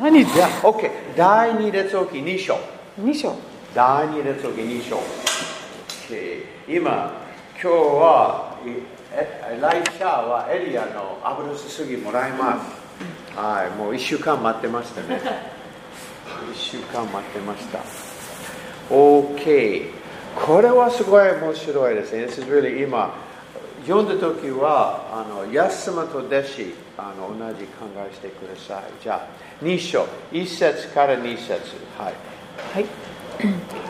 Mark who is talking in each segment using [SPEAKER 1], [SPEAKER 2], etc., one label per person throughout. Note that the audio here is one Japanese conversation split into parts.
[SPEAKER 1] 何です
[SPEAKER 2] Yeah, okay. 第二列王記2章。
[SPEAKER 1] ?2 章。
[SPEAKER 2] 第二列王記2章。で今、今日は、いえ来週はエリアの油注ぎもらいます。はい、もう1週間待ってましたね。1週間待ってました。OK。これはすごい面白いですね。This is really 今、読んだ時は、あの、イエス様と弟子、あの、同じ考えしてください。じゃあ、2章、1節から2節はい。
[SPEAKER 1] はい。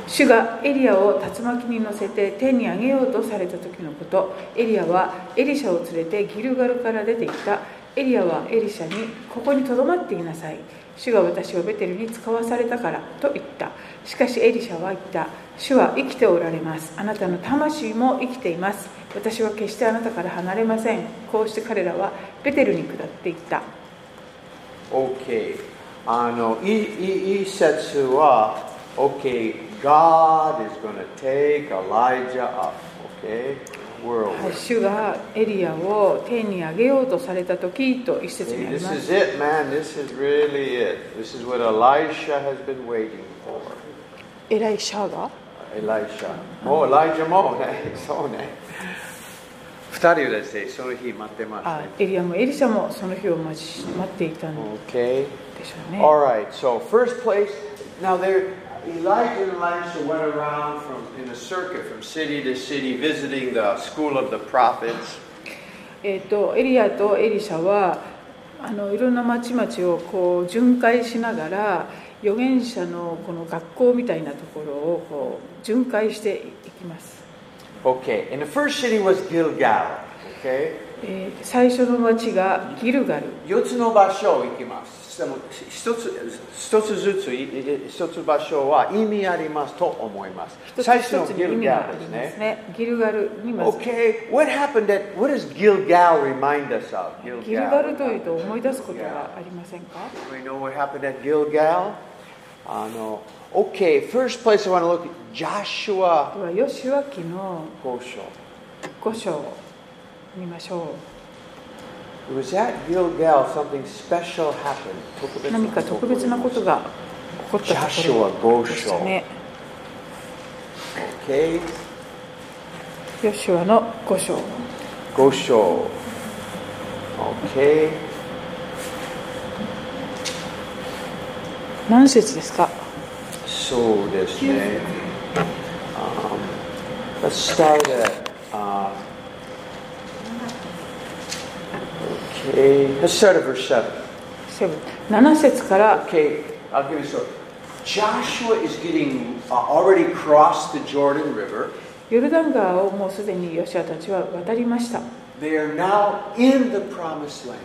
[SPEAKER 1] 主がエリアを竜巻に乗せて天に上げようとされた時のことエリアはエリシャを連れてギルガルから出てきたエリアはエリシャに「ここにとどまっていなさい主が私をベテルに使わされたから」と言ったしかしエリシャは言った「主は生きておられますあなたの魂も生きています私は決してあなたから離れません」こうして彼らはベテルに下っていった
[SPEAKER 2] OK あのいいいい説は OK God is going to take Elijah up OK
[SPEAKER 1] はい
[SPEAKER 2] world
[SPEAKER 1] 主がエリアを天に上げようとされた時と一節
[SPEAKER 2] See,
[SPEAKER 1] にあり
[SPEAKER 2] this
[SPEAKER 1] ます
[SPEAKER 2] is it man this is really it this is what Elisha has been waiting for
[SPEAKER 1] エライシャが
[SPEAKER 2] Elisha もう Elijah eh, もねそうね二人ですねその日待ってま
[SPEAKER 1] あ
[SPEAKER 2] すね
[SPEAKER 1] エリアもエリシャもその日を待ち待っていたんで
[SPEAKER 2] OK
[SPEAKER 1] しょうね。
[SPEAKER 2] All right, so first place, now there, Elijah and Elisha went around from, in a circuit from city to city visiting the school of the prophets.
[SPEAKER 1] えっ、とエリアとエリシャはあのいろんな町々をこう巡回しながら預言者のこの学校みたいなところをこう巡回していきます。
[SPEAKER 2] Okay, and the first city was Gilgal. Okay?
[SPEAKER 1] えー最初の町がギルガル。
[SPEAKER 2] 四つの場所行きます。でも一つずつ一つずつ意味ありま
[SPEAKER 1] 一つ一つに意味があります
[SPEAKER 2] すと思います。最初のギルガルですね。
[SPEAKER 1] ね。ギルガルにまず。
[SPEAKER 2] Okay, what happened at, what does Gilgal remind us of?
[SPEAKER 1] ギルガルというと思い出すことがありませんか
[SPEAKER 2] We know what happened at Gilgal. Uh, no. Okay, first place I want to look at Joshua
[SPEAKER 1] では、ヨシュア記の
[SPEAKER 2] Gosho.
[SPEAKER 1] 5章を見ましょ
[SPEAKER 2] It
[SPEAKER 1] う。
[SPEAKER 2] was at Gilgal something special happened. 特別なことが起こりました。
[SPEAKER 1] 何か特別なことが起こったとこ
[SPEAKER 2] Joshua
[SPEAKER 1] ろでした
[SPEAKER 2] Gosho.
[SPEAKER 1] ね。
[SPEAKER 2] Okay,
[SPEAKER 1] ヨシュアの5章。
[SPEAKER 2] Gosho. Okay,
[SPEAKER 1] 何節ですか
[SPEAKER 2] そうですね。Um, let's start at. Uh, okay, let's start at verse 7.
[SPEAKER 1] 7節から、
[SPEAKER 2] Okay, I'll give you a story. Joshua is getting uh, already crossed the Jordan River.
[SPEAKER 1] ヨルダン川をもうすでにヨシュアたちは渡りました。
[SPEAKER 2] They are now in the promised land,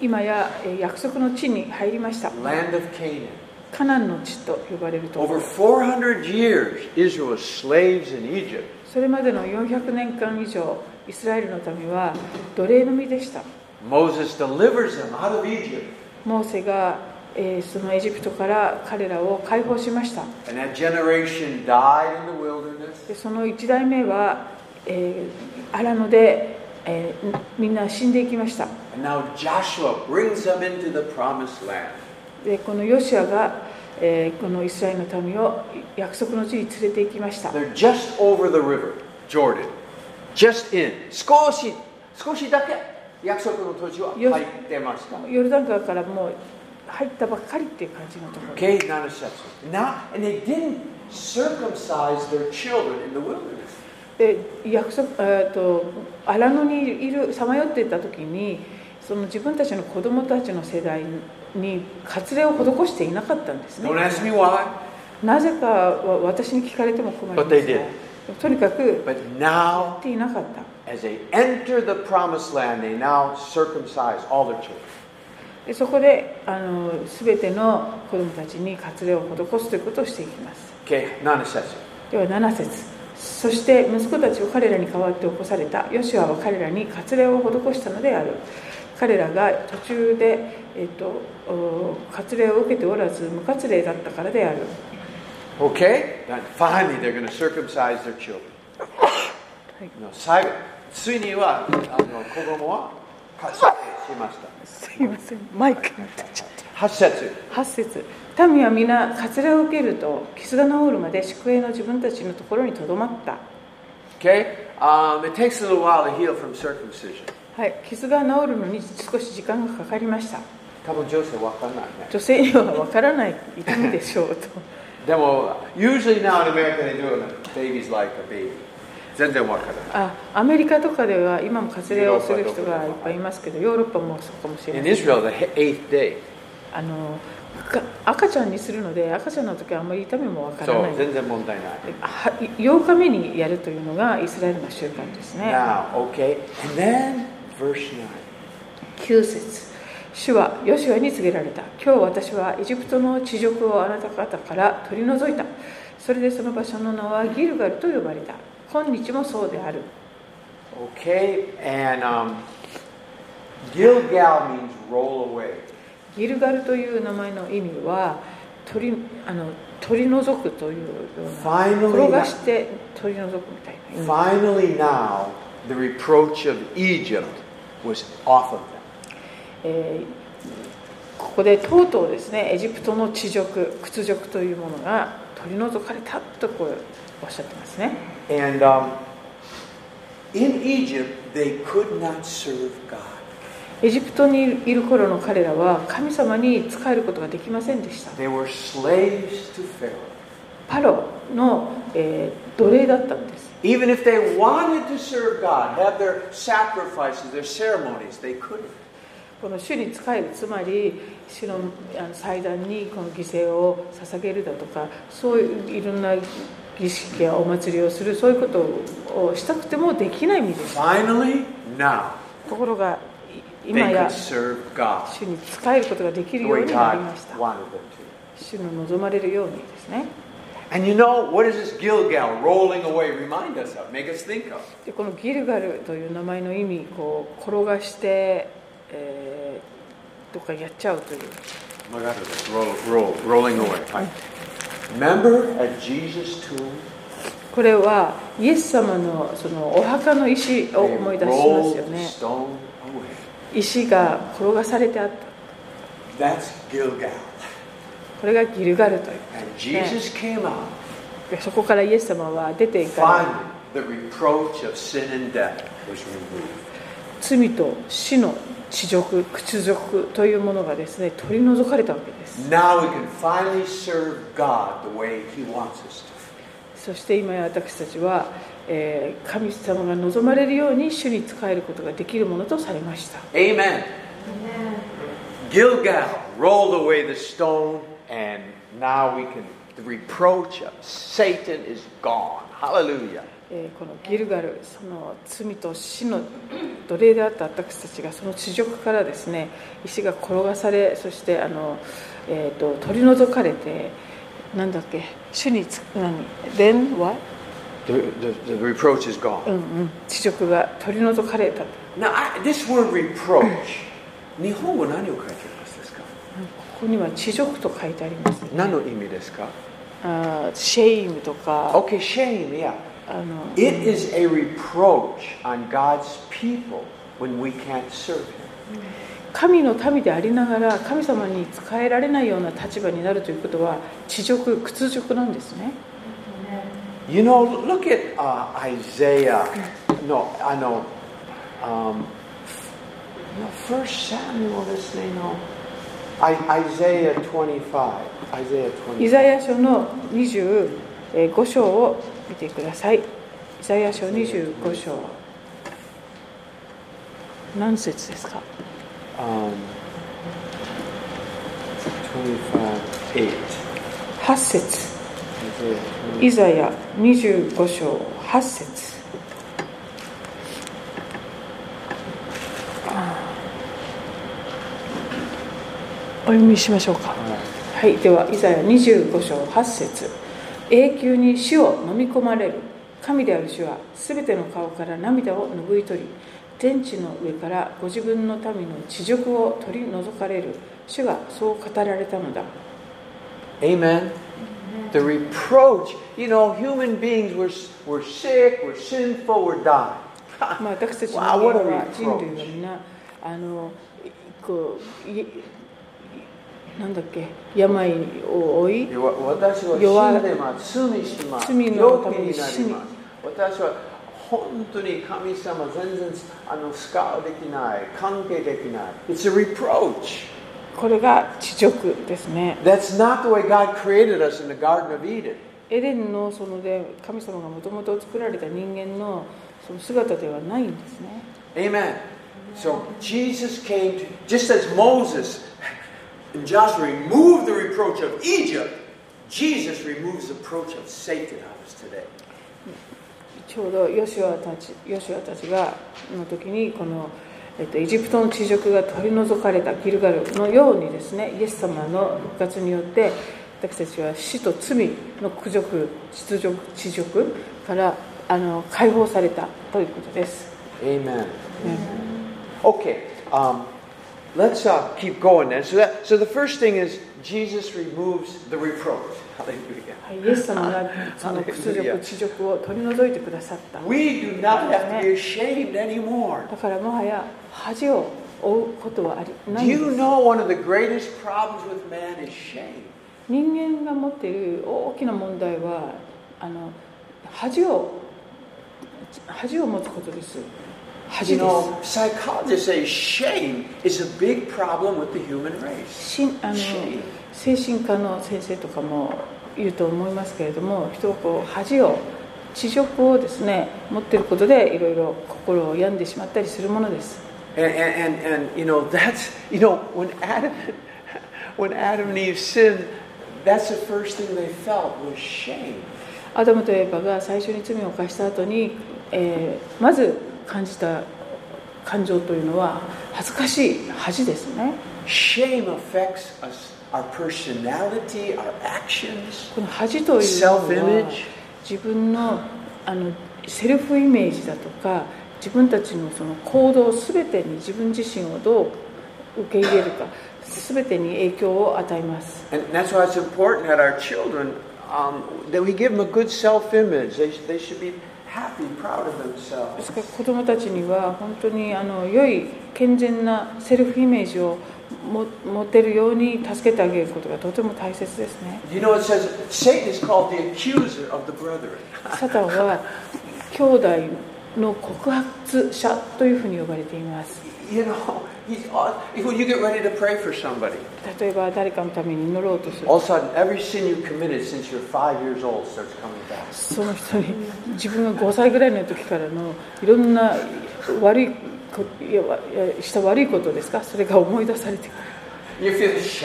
[SPEAKER 1] 今やえー約束の地に入りました
[SPEAKER 2] the。land of Canaan.
[SPEAKER 1] カナンの地と呼ばれるとこ
[SPEAKER 2] Over
[SPEAKER 1] ろ。
[SPEAKER 2] 400 years, Israel was slaves in Egypt.
[SPEAKER 1] それまでの400年間以上、イスラエルの民は奴隷の身でした。
[SPEAKER 2] Moses delivers them out of Egypt.
[SPEAKER 1] モーセが、えーそのエジプトから彼らを解放しました。
[SPEAKER 2] And that generation died in the wilderness.
[SPEAKER 1] でその1代目は、えー荒野で、えーみんな死んでいきました
[SPEAKER 2] And now Joshua brings them into the promised land.
[SPEAKER 1] でこのヨシアが、えーこのイスラエルの民を約束の地に連れて行きました
[SPEAKER 2] They're just over the river, Jordan. Just in. 少し、
[SPEAKER 1] よし。
[SPEAKER 2] 少しだけ約束の土地は入ってました。Okay,
[SPEAKER 1] ヨルダン川からもう入ったばっかりっていう感じのところ
[SPEAKER 2] not a substitute. Now, and they didn't circumcise their children in the wilderness.
[SPEAKER 1] で約束、えー、と荒野にいるさまよっていた時にその自分たちの子供たちの世代に割礼を施していなかったんですね
[SPEAKER 2] Don't ask me why.
[SPEAKER 1] なぜかは私に聞かれても困ります
[SPEAKER 2] But they did.
[SPEAKER 1] とにかく
[SPEAKER 2] But
[SPEAKER 1] やっ
[SPEAKER 2] now,
[SPEAKER 1] ていなかった
[SPEAKER 2] as they enter the promised land, they now circumcise all their children.
[SPEAKER 1] でそこであの全ての子供たちに割礼を施すということをしていきます
[SPEAKER 2] Okay, not a substitute.
[SPEAKER 1] では7節そして息子たちを彼らに代わって起こされたヨシュアは彼らに割礼を施したのである彼らが途中で、えっとお割礼を受けておらず無割礼だったからである
[SPEAKER 2] Okay? Then finally, they're going to circumcise their children.
[SPEAKER 1] はい。
[SPEAKER 2] の最後、ついには、あの、子供は、割礼しました。
[SPEAKER 1] すいませんマイクに
[SPEAKER 2] はいはいはい8節
[SPEAKER 1] 8節民は皆かつらを受けると傷が治るまで宿営の自分たちのところにとどまった
[SPEAKER 2] Okay? Um, it takes a little while to heal from circumcision.
[SPEAKER 1] はい傷が治るのに少し時間がかかりました
[SPEAKER 2] 多分女性わかんないね。
[SPEAKER 1] 女性には分からない痛みでしょうと
[SPEAKER 2] でも、usually now in America they do it, baby's like a baby. 全然わからない。
[SPEAKER 1] あアメリカとかでは今も活例をする人がいっぱいいますけどヨーロッパもそうかもしれ
[SPEAKER 2] In
[SPEAKER 1] ない
[SPEAKER 2] Israel, the he- eighth day.
[SPEAKER 1] あのか赤ちゃんにするので赤ちゃんの時はあんまり痛みもわから
[SPEAKER 2] そ
[SPEAKER 1] な
[SPEAKER 2] う、
[SPEAKER 1] い
[SPEAKER 2] 全然問題ない。
[SPEAKER 1] は8日目にやるというのがイスラエルの習慣ですね
[SPEAKER 2] Now, okay. And then, verse 9.
[SPEAKER 1] 9節主はヨシュアに告げられた今日私はエジプトの地獄をあなた方から取り除いたそれでその場所の名はギルガルと呼ばれた今日もそうである
[SPEAKER 2] Okay, and um, Gilgal means roll away.
[SPEAKER 1] ギルガルという名前の意味は取りあの取り除くというような
[SPEAKER 2] Finally,
[SPEAKER 1] 転が
[SPEAKER 2] now,
[SPEAKER 1] して取り除くみたいな意味
[SPEAKER 2] finally now, the reproach of Egypt was off of them.
[SPEAKER 1] えーここでとうとうですねエジプトの地辱屈辱というものが取り除かれたとこうおっしゃってますね
[SPEAKER 2] And um, in Egypt, they could not serve God.
[SPEAKER 1] エジプトにいる頃の彼らは神様に仕えることができませんでした
[SPEAKER 2] They were slaves to Pharaoh.
[SPEAKER 1] パロの、えー奴隷だったんです
[SPEAKER 2] Even if they wanted to serve God, have their sacrifices, their ceremonies, they couldn't.
[SPEAKER 1] この主に仕えるつまり主のあの祭壇にこの犠牲を捧げるだとかそういういろんな儀式やお祭りをするそういうことをしたくてもできない身でした
[SPEAKER 2] Finally, now,
[SPEAKER 1] ところがい
[SPEAKER 2] they
[SPEAKER 1] 今や
[SPEAKER 2] could serve God
[SPEAKER 1] 主に仕えることができ
[SPEAKER 2] the
[SPEAKER 1] るよう
[SPEAKER 2] way
[SPEAKER 1] になりました
[SPEAKER 2] God wanted them to.
[SPEAKER 1] 主の望まれるようにですね
[SPEAKER 2] And you know, what does this Gilgal rolling away remind us of, make us think of?
[SPEAKER 1] でこのギルガルという名前の意味こう転がして、えーどっかやっちゃうという
[SPEAKER 2] My God, it's roll, roll, rolling away. Right. Remember at Jesus' tomb,
[SPEAKER 1] これはイエス様のそのお墓の石を
[SPEAKER 2] they
[SPEAKER 1] 思い出しますよ
[SPEAKER 2] rolled the
[SPEAKER 1] ね
[SPEAKER 2] stone away.
[SPEAKER 1] 石が転がされてあった
[SPEAKER 2] That's Gilgal.
[SPEAKER 1] これがギルガルという
[SPEAKER 2] And
[SPEAKER 1] ね
[SPEAKER 2] Jesus came out,
[SPEAKER 1] でそこからイエス様は出ていか
[SPEAKER 2] finally, the reproach of sin and death was removed.
[SPEAKER 1] れ罪と死の恥辱屈辱というものがですね取り除かれたわけです
[SPEAKER 2] Now we can finally serve God the way He wants us to.
[SPEAKER 1] そして今や私たちは、えー神様が望まれるように主に仕えることができるものとされました
[SPEAKER 2] Amen. Gilgal rolled away the stone, and now we can. The reproach of Satan is gone. Hallelujah.
[SPEAKER 1] えーこのギルガルその罪と死の奴隷であった私たちがその地上からですね石が転がされそしてあの、えー、と取り除かれてなんだっけ主につ何電話、
[SPEAKER 2] The, the, the reproach is
[SPEAKER 1] うん
[SPEAKER 2] gone.
[SPEAKER 1] うん、地上が取り除かれたこ
[SPEAKER 2] Now, I, this word reproach. 日本語何を書いてますですか
[SPEAKER 1] こには地上と書いてあります、ね、
[SPEAKER 2] 何の意味ですか
[SPEAKER 1] あーシェイムとか
[SPEAKER 2] Okay, shame, yeah.
[SPEAKER 1] あの
[SPEAKER 2] It is a reproach on God's people when we can't serve Him.
[SPEAKER 1] 神の民でありながら神様に仕えられないような立場になるということは地上屈辱なんですね
[SPEAKER 2] You know, look at uh, Isaiah. No, I know. Um, no, First Samuel. This they know. I, Isaiah twenty-five. Isaiah 25.
[SPEAKER 1] イザヤ書の25章を見てください。イザヤ書25章。何節ですか
[SPEAKER 2] Um, twenty-five eight.
[SPEAKER 1] 8節
[SPEAKER 2] Isaiah 20.
[SPEAKER 1] イザヤ25章8節お読みしましょうか。はい、では、イザヤ25章8節永久に死を飲み込まれる。神である主は、すべての顔から涙を拭い取り、天地の上からご自分の民の地辱を取り除かれる。主がそう語られたのだ。
[SPEAKER 2] Amen. The reproach. You know, human beings. We're we're sick. We're sinful. We're dying.
[SPEAKER 1] まあ、私たちの
[SPEAKER 2] Wow, what a
[SPEAKER 1] 人間は
[SPEAKER 2] reproach.
[SPEAKER 1] 人類は皆あのこういなんだっけ病を負い
[SPEAKER 2] わ私は死んでます。罪します。
[SPEAKER 1] 罪のために
[SPEAKER 2] 病気になります。私は本当に神様全然あの使うできない、関係できない。It's a reproach.
[SPEAKER 1] これが地辱ですね
[SPEAKER 2] That's not the way God created us in the Garden of Eden.
[SPEAKER 1] エデンの園で神様がもともと作られた人間のその姿ではないんですね
[SPEAKER 2] Amen. So Jesus came to, just as Moses and Joshua removed the reproach of Egypt, Jesus removes the reproach of Satan out of us today.
[SPEAKER 1] ちょうどヨシュアたちヨシュアたちがの時にこの、えっと、エジプトの地辱が取り除かれたギルガルのようにですねイエス様の復活によって私たちは死と罪の苦辱秩序地辱からあの解放されたということです、
[SPEAKER 2] Amen.
[SPEAKER 1] ね
[SPEAKER 2] Okay, um, let's uh, keep going then. So, that, so the first thing is Jesus removes the reproach. Hallelujah.
[SPEAKER 1] はいイエス様がその屈辱地辱を取り除いてくださっただ
[SPEAKER 2] We do not have to be ashamed anymore.
[SPEAKER 1] からもはや恥を負うことはありな
[SPEAKER 2] Do
[SPEAKER 1] いんで
[SPEAKER 2] you
[SPEAKER 1] す
[SPEAKER 2] know one of the greatest problems with man is shame?
[SPEAKER 1] 人間が持っている大きな問題はあの恥を恥を持つことです恥
[SPEAKER 2] You
[SPEAKER 1] で
[SPEAKER 2] know, psychologists say shame is a big problem with the human
[SPEAKER 1] す
[SPEAKER 2] race.
[SPEAKER 1] しんあの
[SPEAKER 2] Shame.
[SPEAKER 1] 精神科の先生とかも言うと思いますけれども人がこう恥を恥辱をですね持っていることでいろいろ心を病んでしまったりするものです
[SPEAKER 2] And, and, and, and you know, that's, you know, when Adam, when Adam and Eve sinned, that's the first thing they felt was shame.
[SPEAKER 1] アダムとエバが最初に罪を犯した後に、えーまず感じた感情というのは恥ずかしい恥ですね
[SPEAKER 2] Shame affects us, our personality, our actions.
[SPEAKER 1] この恥というの
[SPEAKER 2] Self-image
[SPEAKER 1] は自分のあのセルフイメージだとか自分たちのその行動全てに自分自身をどう受け入れるか全てに影響を与えます
[SPEAKER 2] And that's why it's important that our children, um, that we give them a good self-image. They, they should be happy, proud of
[SPEAKER 1] で
[SPEAKER 2] themselves.
[SPEAKER 1] すから子どもたちには本当にあの良い健全なセルフイメージをも持てるように助けてあげることがとても大切で すね
[SPEAKER 2] You know, it says Satan is called the accuser of the brethren.
[SPEAKER 1] サタンは兄弟の告発者というふうに呼ばれています
[SPEAKER 2] You know, he's all- when you get ready to pray for somebody,
[SPEAKER 1] 例えば誰かのために祈ろうとする
[SPEAKER 2] all of a sudden every sin you committed since you're five years old starts coming back.
[SPEAKER 1] その人に自分が5歳ぐらいの時からのいろんな悪いこいやわいやした悪いことですかそれが思い出されてく
[SPEAKER 2] You feel ashamed.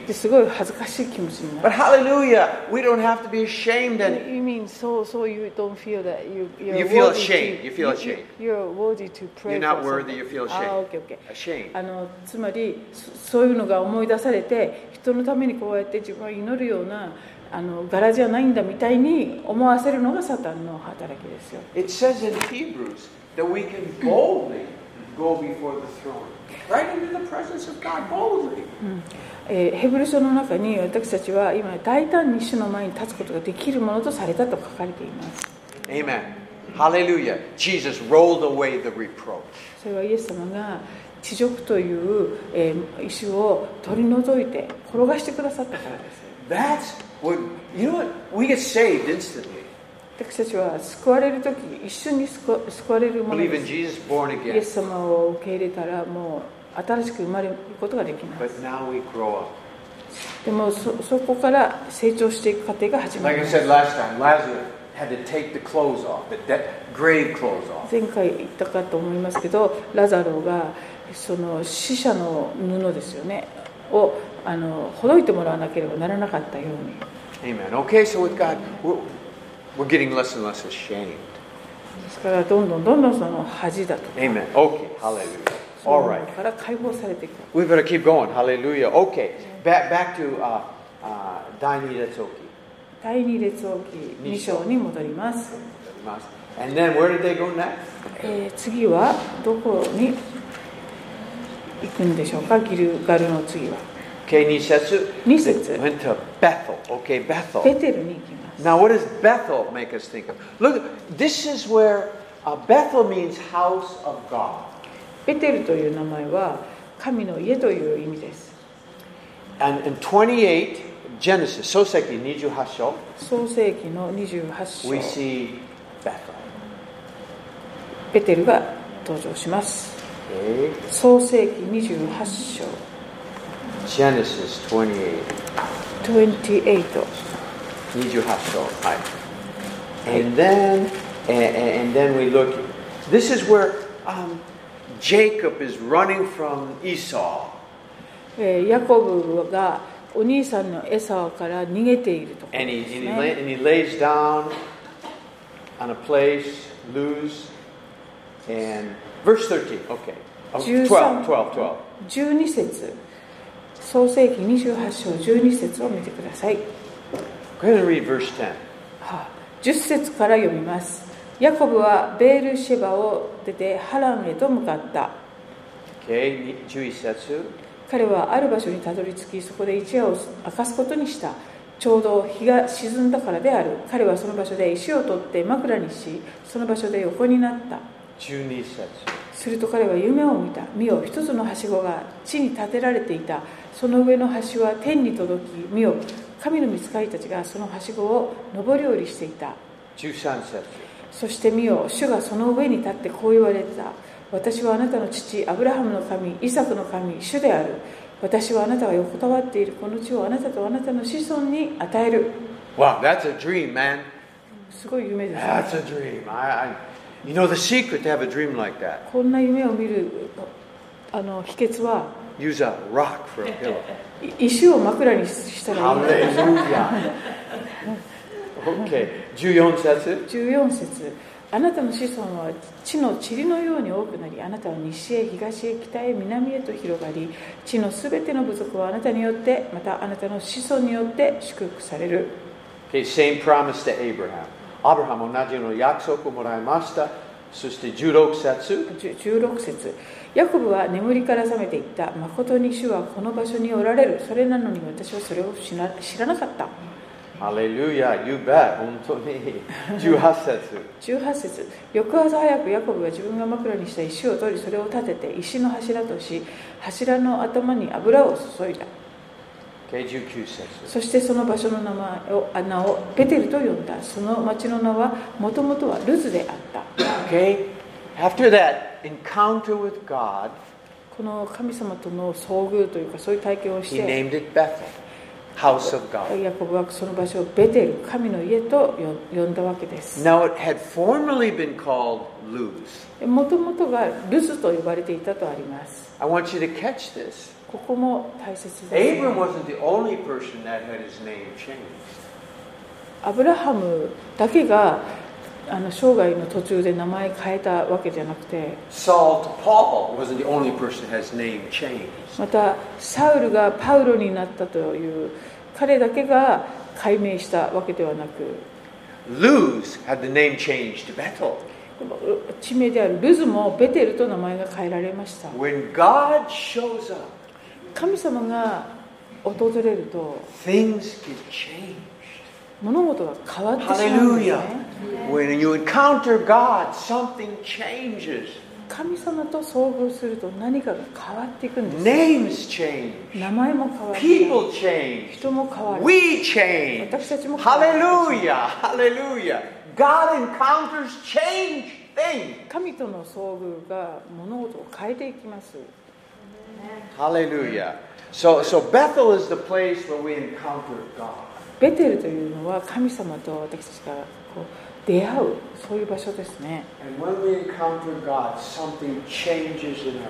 [SPEAKER 1] るですごい恥ずかしい気持ちにな
[SPEAKER 2] But
[SPEAKER 1] る
[SPEAKER 2] hallelujah, we don't have to be ashamed anymore.
[SPEAKER 1] You mean so so you don't feel that you you're
[SPEAKER 2] You feel
[SPEAKER 1] worthy
[SPEAKER 2] ashamed.
[SPEAKER 1] to-
[SPEAKER 2] You feel
[SPEAKER 1] you-
[SPEAKER 2] ashamed.
[SPEAKER 1] You're worthy to pray
[SPEAKER 2] You're not
[SPEAKER 1] for
[SPEAKER 2] worthy,
[SPEAKER 1] something.
[SPEAKER 2] you feel
[SPEAKER 1] あ
[SPEAKER 2] ashamed.
[SPEAKER 1] okay, okay.
[SPEAKER 2] Ashamed.
[SPEAKER 1] あのつまりそそういうのが思い出されて人のためにこうやって自分は祈るようなあの柄じゃないんだみたいに思わせるのがサタンの働きですよ
[SPEAKER 2] It says in Hebrews that we can boldly go before the throne, right into the presence of God boldly.
[SPEAKER 1] えーヘブル書の中に私たちは今大胆に主の前に立つことができるものとされたと書かれています
[SPEAKER 2] Amen. Hallelujah. Jesus rolled away the reproach.
[SPEAKER 1] それはイエス様が地辱という、えー石を取り除いて転がしてくださったからです
[SPEAKER 2] That's what you know. What we get saved instantly.
[SPEAKER 1] 私たちは救われる時一瞬に救わ救われるもの
[SPEAKER 2] Believe
[SPEAKER 1] で
[SPEAKER 2] in
[SPEAKER 1] すイ
[SPEAKER 2] Jesus, born
[SPEAKER 1] エ
[SPEAKER 2] again.
[SPEAKER 1] ス様を受け入れたらもう新しく生まれることができます
[SPEAKER 2] But now we grow up.
[SPEAKER 1] でもそそこから成長していく過程が始ま
[SPEAKER 2] Like
[SPEAKER 1] り
[SPEAKER 2] I
[SPEAKER 1] ます
[SPEAKER 2] said last time, Lazarus had to take the clothes off, the de- grave clothes off.
[SPEAKER 1] 前回言ったかと思いますけどラザロがその死者の布ですよねをあのほどいてもらわなければならなかったように
[SPEAKER 2] Amen. Okay, so with God, we're, we're getting less and less ashamed.
[SPEAKER 1] ですからどんどんどんどんその恥だと
[SPEAKER 2] Amen. Okay. Hallelujah. All
[SPEAKER 1] そういう
[SPEAKER 2] right.
[SPEAKER 1] のから解放されていく
[SPEAKER 2] We better keep going. Hallelujah. Okay. Back back to uh, uh, Daini Datsuki.
[SPEAKER 1] 第二列王記2章に戻ります、
[SPEAKER 2] And then where did they go next?
[SPEAKER 1] えー次はどこに行くんでしょうかギルガルの次は
[SPEAKER 2] Okay, Nisetsu.
[SPEAKER 1] Nisetsu.
[SPEAKER 2] They went to Bethel. Okay, Bethel.
[SPEAKER 1] ベテルに行きます
[SPEAKER 2] Now, what does Bethel make us think of? Look, this is where uh, Bethel means house of God.
[SPEAKER 1] ベテルという名前は神の家という意味です
[SPEAKER 2] and in 28 Genesis, 創世記28章、
[SPEAKER 1] 創世紀の28
[SPEAKER 2] we
[SPEAKER 1] 章
[SPEAKER 2] see Bethel.
[SPEAKER 1] ベテルが登場します
[SPEAKER 2] Okay?
[SPEAKER 1] 創世紀28章
[SPEAKER 2] Genesis 28.
[SPEAKER 1] 28
[SPEAKER 2] 28章。はい。And then, and, and then we look, this is where um, Jacob is running from Esau.
[SPEAKER 1] えーヤコブがお兄さんのエサオから逃げているところ
[SPEAKER 2] And he,
[SPEAKER 1] で
[SPEAKER 2] and he,
[SPEAKER 1] す
[SPEAKER 2] lay,
[SPEAKER 1] ね
[SPEAKER 2] and he lays down on a place, lose. And verse 13, okay. Oh, 12, 12, 12.
[SPEAKER 1] 12節創世紀28章12節を見てください
[SPEAKER 2] Go ahead and read verse 10.
[SPEAKER 1] はあ10節から読みますヤコブはベールシェバを出てハランへと向かった
[SPEAKER 2] Okay, Juisetsu.
[SPEAKER 1] 彼はある場所にたどり着きそこで一夜を明かすことにしたちょうど日が沈んだからである彼はその場所で石を取って枕にしその場所で横になった
[SPEAKER 2] Junisetsu.
[SPEAKER 1] すると彼は夢を見た見よ一つのはしごが地に立てられていたその上のはしは天に届き見よ神の御使いたちがそのはしごを上り下りしていた
[SPEAKER 2] Jusansetsu.
[SPEAKER 1] そして見よ、主がその上に立ってこう言われた。私はあなたの父、アブラハムの神、イサクの神、主である。私はあなたが横たわっているこの地をあなたとあなたの子孫に与える。
[SPEAKER 2] Wow, that's a dream, man.
[SPEAKER 1] すごい夢です、ね。
[SPEAKER 2] That's a dream. I, I, you know the secret to have a dream like that.
[SPEAKER 1] こんな夢を見るあの秘訣は、
[SPEAKER 2] Use a rock for a pillow.
[SPEAKER 1] い石を枕にしたらいい。
[SPEAKER 2] Hallelujah. Okay, Juyon says it.
[SPEAKER 1] 14節あなたの子孫は地の塵のように多くなりあなたは西へ東へ北へ南へと広がり地のすべての部族はあなたによってまたあなたの子孫によって祝福される
[SPEAKER 2] Okay, same promise to Abraham. Abraham, onaji no yakusoku moraimashita. そして16節。
[SPEAKER 1] 16節ヤコブは眠りから覚めていった誠に主はこの場所におられるそれなのに私はそれを知ら知らなかった
[SPEAKER 2] Hallelujah, you bet. 本当に。18節。
[SPEAKER 1] 18節翌朝早くヤコブは自分が枕にした石を取りそれを立てて石の柱とし柱の頭に油を注いだ
[SPEAKER 2] Okay, 19節。
[SPEAKER 1] そしてその場所の名前を穴をペテルと呼んだその町の名はもともとはルズであった
[SPEAKER 2] Okay, after that encounter with God,
[SPEAKER 1] この神様との遭遇というかそういう体験をし
[SPEAKER 2] he
[SPEAKER 1] て
[SPEAKER 2] named it Bethel, house of God.
[SPEAKER 1] ヤコブはその場所をベテル神の家と呼んだわけです
[SPEAKER 2] Now it had formerly been called Luz.
[SPEAKER 1] もともとがルズと呼ばれていたとあります
[SPEAKER 2] I want you to catch this.
[SPEAKER 1] ここも大切です、
[SPEAKER 2] Abram wasn't the only person that had his name changed.
[SPEAKER 1] アブラハムだけがあの生涯の途中で名前変えたわけじゃなくて
[SPEAKER 2] Saul to Paul wasn't the only person that had his name changed.
[SPEAKER 1] またサウルがパウロになったという彼だけが解明したわけではなく
[SPEAKER 2] Luz had the name changed to Bethel.
[SPEAKER 1] 地名であるルズもベテルと名前が変えられました
[SPEAKER 2] When God shows up,
[SPEAKER 1] 神様が訪れると
[SPEAKER 2] things get changed.
[SPEAKER 1] 物事が変わってしまうんです
[SPEAKER 2] Hallelujah.
[SPEAKER 1] ね
[SPEAKER 2] When you encounter God, something changes.
[SPEAKER 1] 神様と遭遇すると何かが変わっていくんですよ
[SPEAKER 2] Names change.
[SPEAKER 1] 名前も変わる
[SPEAKER 2] People change.
[SPEAKER 1] 人も変わる
[SPEAKER 2] We change.
[SPEAKER 1] 私たちも変わる
[SPEAKER 2] Hallelujah, hallelujah. God encounters change things.
[SPEAKER 1] 神との遭遇が物事を変えていきます
[SPEAKER 2] Hallelujah. So, so Bethel is the place where we encounter God.
[SPEAKER 1] ベテルというのは神様と私たちがこう出会うそういう場所ですね
[SPEAKER 2] And when we encounter God, something changes in our life.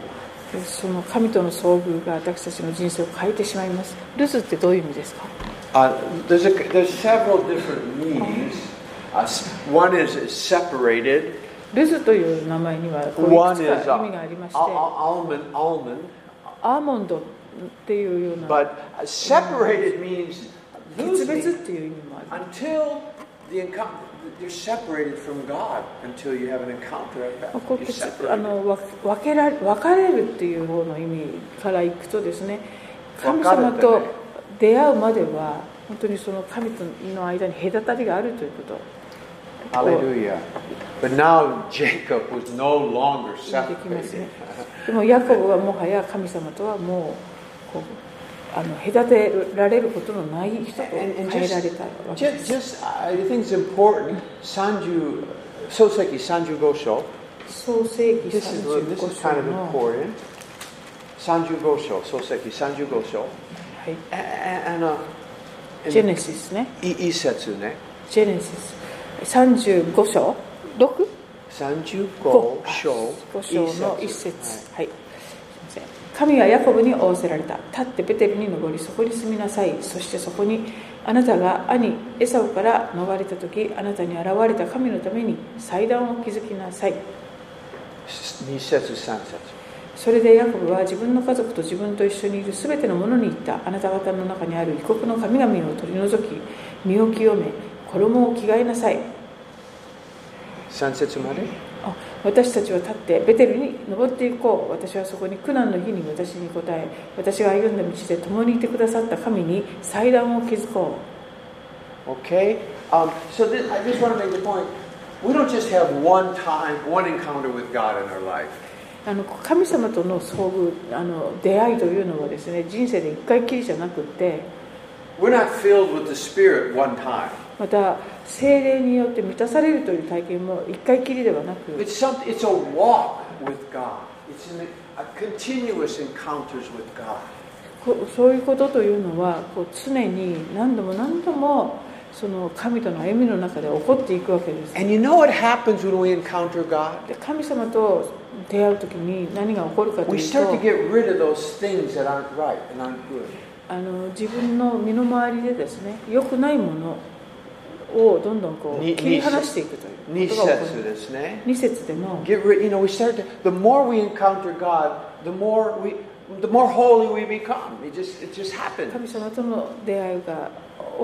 [SPEAKER 1] でその神との遭遇が私たちの人生を変えてしまいますルズってどういう意味ですか
[SPEAKER 2] Uh, there's, a, there's several different meanings. Uh, s- one is is separated.
[SPEAKER 1] ルズという名前にはこうい
[SPEAKER 2] One
[SPEAKER 1] くつ
[SPEAKER 2] is
[SPEAKER 1] か
[SPEAKER 2] uh,
[SPEAKER 1] 意味がありまして
[SPEAKER 2] al- al- almond, almond.
[SPEAKER 1] アーモンドっていうような
[SPEAKER 2] But uh, separated means
[SPEAKER 1] 決
[SPEAKER 2] losing.
[SPEAKER 1] 別っていう意味もある
[SPEAKER 2] until the encounter, you're separated from God until you have an encounter of
[SPEAKER 1] まあ
[SPEAKER 2] God.
[SPEAKER 1] こう
[SPEAKER 2] You're
[SPEAKER 1] あ
[SPEAKER 2] separated.
[SPEAKER 1] のわ分けられ分かれるっていう方の意味からいくとですね神
[SPEAKER 2] 分
[SPEAKER 1] 様
[SPEAKER 2] かれ
[SPEAKER 1] と
[SPEAKER 2] てね
[SPEAKER 1] 出会うまでは本当にその神との間に隔たりがあるということを
[SPEAKER 2] Hallelujah. But now Jacob was no longer
[SPEAKER 1] 言ってきますね
[SPEAKER 2] separated.
[SPEAKER 1] でもヤコブはもはや神様とはもうこうあの隔てられることのない人と変
[SPEAKER 2] And, and
[SPEAKER 1] えられたわけ
[SPEAKER 2] just,
[SPEAKER 1] です
[SPEAKER 2] just, just I think it's important, Sanju, Soseki Sanju Gosho.
[SPEAKER 1] 創世紀
[SPEAKER 2] This is, this
[SPEAKER 1] 35
[SPEAKER 2] is kind
[SPEAKER 1] 章
[SPEAKER 2] of
[SPEAKER 1] の、
[SPEAKER 2] important. Sanju Gosho, Soseki Sanju Gosho.
[SPEAKER 1] はい
[SPEAKER 2] A- a- And, uh,
[SPEAKER 1] ジェネシスね
[SPEAKER 2] いい説ね。
[SPEAKER 1] ジェネシス35章 6?
[SPEAKER 2] 35章
[SPEAKER 1] 5章の一節
[SPEAKER 2] はい
[SPEAKER 1] はい、すいません神はヤコブに仰せられた立ってベテルに登りそこに住みなさいそしてそこにあなたが兄エサオから逃れた時あなたに現れた神のために祭壇を築きなさい
[SPEAKER 2] 二節三節
[SPEAKER 1] それでヤコブは自分の家族と自分と一緒にいるすべてのものに言ったあなた方の中にある異国の神々を取り除き身を清め衣を着替えなさい
[SPEAKER 2] 三節まで
[SPEAKER 1] あ私たちは立ってベテルに登っていこう私はそこに苦難の日に私に答え私が歩んだ道で共にいてくださった神に祭壇を築こ
[SPEAKER 2] Okay. Um, so this, I just want to make the point. We don't just have one time, one encounter with God in our life.
[SPEAKER 1] うあの神様との遭遇あの出会いというのはですね人生で一回きりじゃなくって
[SPEAKER 2] We're not filled with the Spirit one time.
[SPEAKER 1] また精霊によって満たされるという体験も一回きりではなく
[SPEAKER 2] It's some, It's a walk with God. It's an, a continuous encounters with God.
[SPEAKER 1] こそういうことというのはこう常に何度も何度もその神との歩みの中で起こっていくわけです。
[SPEAKER 2] And you know what happens when we encounter God?
[SPEAKER 1] で神様と出会う時に何が起こるかと
[SPEAKER 2] We
[SPEAKER 1] いう
[SPEAKER 2] start to
[SPEAKER 1] と
[SPEAKER 2] get rid of those things that aren't right and aren't good.
[SPEAKER 1] あの自分の身の回りでですね良くないものをどんどんこう
[SPEAKER 2] に
[SPEAKER 1] 切り離していくとい
[SPEAKER 2] 二
[SPEAKER 1] うことが起こ
[SPEAKER 2] 節
[SPEAKER 1] る
[SPEAKER 2] ですね。
[SPEAKER 1] 2節での
[SPEAKER 2] Get rid, you know, we start to, the more we encounter God, the more we, the more holy we become. It just, it just happens.
[SPEAKER 1] 神様との出会いが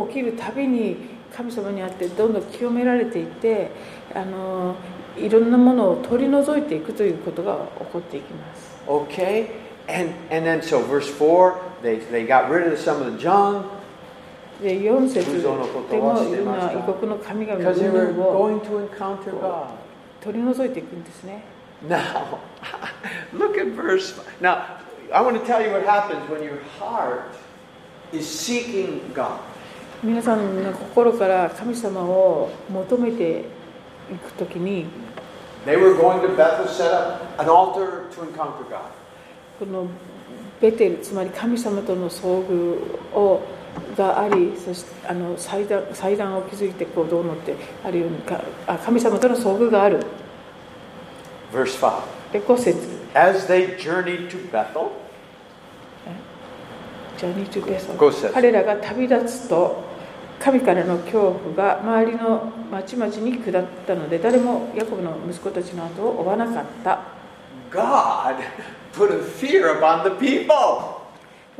[SPEAKER 1] 起きるたびに神様にあってどんどん清められていってあのいろんなものを取り除いていくということが起こっていきます
[SPEAKER 2] Okay? And, and then, so verse 4, they, they got rid of some of the junk
[SPEAKER 1] で4節
[SPEAKER 2] 偶
[SPEAKER 1] で
[SPEAKER 2] 像のことを
[SPEAKER 1] も
[SPEAKER 2] 忘
[SPEAKER 1] い
[SPEAKER 2] れ
[SPEAKER 1] ろん
[SPEAKER 2] まし
[SPEAKER 1] な
[SPEAKER 2] た
[SPEAKER 1] 異国の神々
[SPEAKER 2] because they were
[SPEAKER 1] のもの
[SPEAKER 2] going
[SPEAKER 1] を
[SPEAKER 2] to encounter God.
[SPEAKER 1] 取り除いていくんですね
[SPEAKER 2] Now, look at verse. five. Now, I want to tell you what happens when your heart is seeking God.
[SPEAKER 1] 皆さんの心から神様を求めていくときに
[SPEAKER 2] They were going to Bethel, set up an altar to encounter God.
[SPEAKER 1] このベテルつまり神様との遭遇をがありそしてあの祭壇祭壇を築いてこうどうのってあるようにかあ神様との遭遇がある
[SPEAKER 2] Verse 5.
[SPEAKER 1] で5節
[SPEAKER 2] As they journeyed to Bethel,
[SPEAKER 1] ジャニー・チュペソン
[SPEAKER 2] 5節
[SPEAKER 1] 彼らが旅立つと神からの恐怖が周りの町々に下ったので誰もヤコブの息子たちの後を追わなかった
[SPEAKER 2] God put a fear upon the people.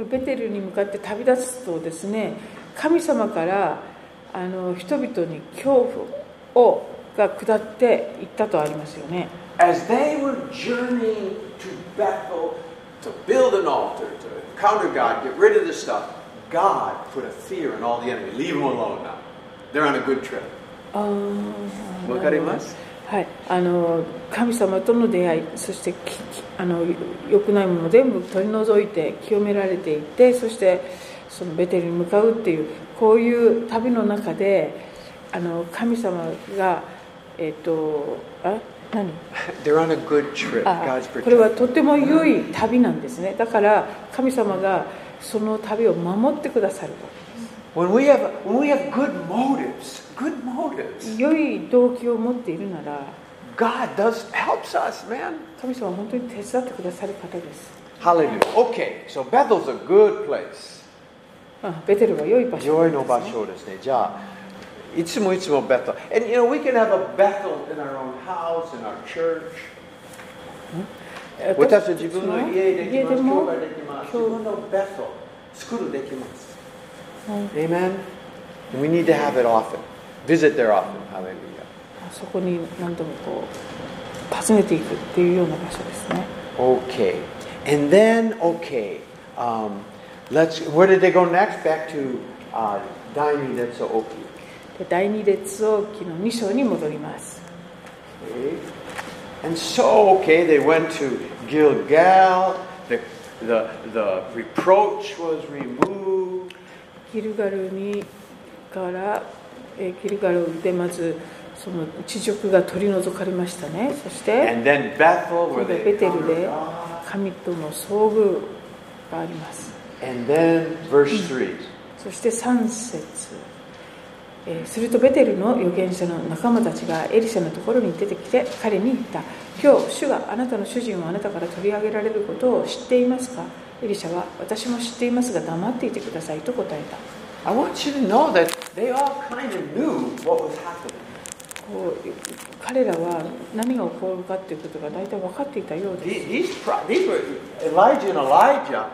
[SPEAKER 1] ベテルに向かって旅立つとですね神様からあの人々に恐怖をが下っていったとありますよね
[SPEAKER 2] As they were journeying to Bethel to build an altar, to encounter God, get rid of this stuff, God put a fear in all the enemy. Leave them alone now. They're on a good trip.
[SPEAKER 1] あー
[SPEAKER 2] わかります
[SPEAKER 1] はいあの神様との出会いそしてききあの良くないものを全部取り除いて清められていってそしてそのベテルに向かうっていうこういう旅の中であの神様がえっとあ何
[SPEAKER 2] They're on a good trip.
[SPEAKER 1] あこれはとても良い旅なんですねだから神様がその旅を守ってくださる
[SPEAKER 2] When we have when we have good motives, good motives,
[SPEAKER 1] 良い動機を持っているなら
[SPEAKER 2] God does helps us, man.
[SPEAKER 1] 神様は本当に手伝ってくださる方です
[SPEAKER 2] Hallelujah. Okay, so Bethel's a good place.
[SPEAKER 1] あベテルは良い場所なんです
[SPEAKER 2] joy
[SPEAKER 1] ね
[SPEAKER 2] の場所ですね。じゃあ、いつもいつもベト。And you know, we can have a Bethel in our own house, in our church.
[SPEAKER 1] 私たちの
[SPEAKER 2] 私たち
[SPEAKER 1] 家でも
[SPEAKER 2] 自分の家できます。教会できます。自分のベト作るできます。
[SPEAKER 1] うん
[SPEAKER 2] Amen. We need to have it often. Visit there often. Hallelujah.
[SPEAKER 1] そこに何度もこう訪ねていくっていうような場所ですね
[SPEAKER 2] Okay. And then, okay. Um, let's. Where did they go next? Back to uh, Daini Netsuoki.
[SPEAKER 1] で第二列王記の2章に戻ります
[SPEAKER 2] Okay. And so, okay, they went to Gilgal. The, The, the reproach was removed.
[SPEAKER 1] ギルガルにから、えーギルガルでまずその地辱が取り除かれましたねそして
[SPEAKER 2] And then Bethel,
[SPEAKER 1] こ
[SPEAKER 2] where
[SPEAKER 1] の
[SPEAKER 2] they
[SPEAKER 1] ベテル
[SPEAKER 2] encountered
[SPEAKER 1] で
[SPEAKER 2] God.
[SPEAKER 1] 神との遭遇があります
[SPEAKER 2] And then verse 3.
[SPEAKER 1] そして3節、えーするとベテルの預言者の仲間たちがエリシャのところに出てきて彼に言った今日主があなたの主人をあなたから取り上げられることを知っていますかエリシャは私も知っていますが黙っていてくださいと答えた
[SPEAKER 2] I want you to know that they all kind of knew what was happening.
[SPEAKER 1] こう彼らは何が起こるかということが大体分かっていたようです
[SPEAKER 2] The- These, pro- these were Elijah and Elijah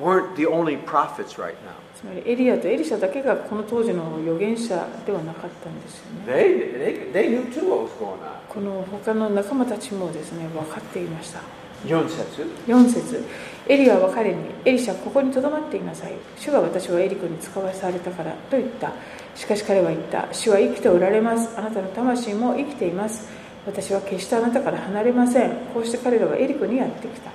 [SPEAKER 2] weren't the only prophets right now.
[SPEAKER 1] つまりエリアとエリシャだけがこの当時の預言者ではなかったんですよね
[SPEAKER 2] They, they, they knew too what was going on.
[SPEAKER 1] この他の仲間たちもですね分かっていました
[SPEAKER 2] Yonsetsu.
[SPEAKER 1] 4節エリアは彼に「エリシャここにとどまっていなさい」「主が私はエリコに使わされたから」と言ったしかし彼は言った「主は生きておられますあなたの魂も生きています私は決してあなたから離れません」こうして彼らはエリコにやってきた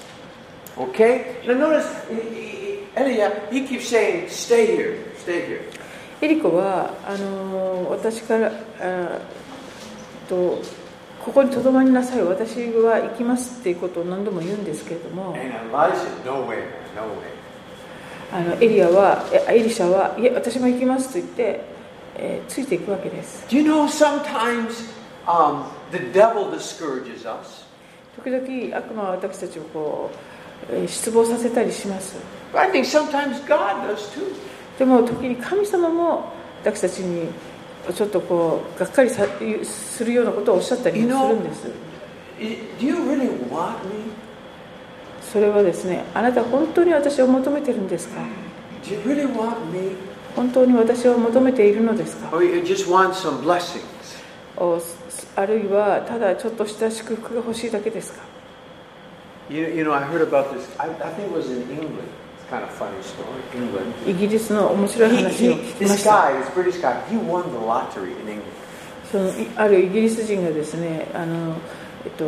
[SPEAKER 2] Okay? Now notice, e- e- Eliab, he keeps saying, stay here, stay here.
[SPEAKER 1] エリコはあのー私からあーとここにとどまりなさい私は行きますっていうことを何度も言うんですけれども
[SPEAKER 2] And Elijah, no way, no way.
[SPEAKER 1] あのエリアはいやエリシャはいや私も行きますと言って、えーついていくわけです
[SPEAKER 2] Do you know sometimes um, the devil discourages us?
[SPEAKER 1] 時々悪魔は私たちをこうえー失望させたりします
[SPEAKER 2] But I think sometimes God does too.
[SPEAKER 1] でも時に神様も私たちにちょっとこうがっかりさするようなことをおっしゃったりもするんです
[SPEAKER 2] I- Do you really want me?
[SPEAKER 1] それはですねあなた本当に私を求めてるんですか
[SPEAKER 2] Do you really want me?
[SPEAKER 1] 本当に私を求めているのですか
[SPEAKER 2] Or Oh, you just want some blessings?
[SPEAKER 1] おすあるいはただちょっとした祝福が欲しいだけですか
[SPEAKER 2] You, you know, I heard about this, I, I think it was in England. It's kind of funny story, England.
[SPEAKER 1] イギリスの面白い
[SPEAKER 2] He-
[SPEAKER 1] 話を
[SPEAKER 2] he-
[SPEAKER 1] 聞きま
[SPEAKER 2] this
[SPEAKER 1] した
[SPEAKER 2] guy, this British guy, he won the lottery in England.
[SPEAKER 1] そのいあるイギリス人がですねあのえっと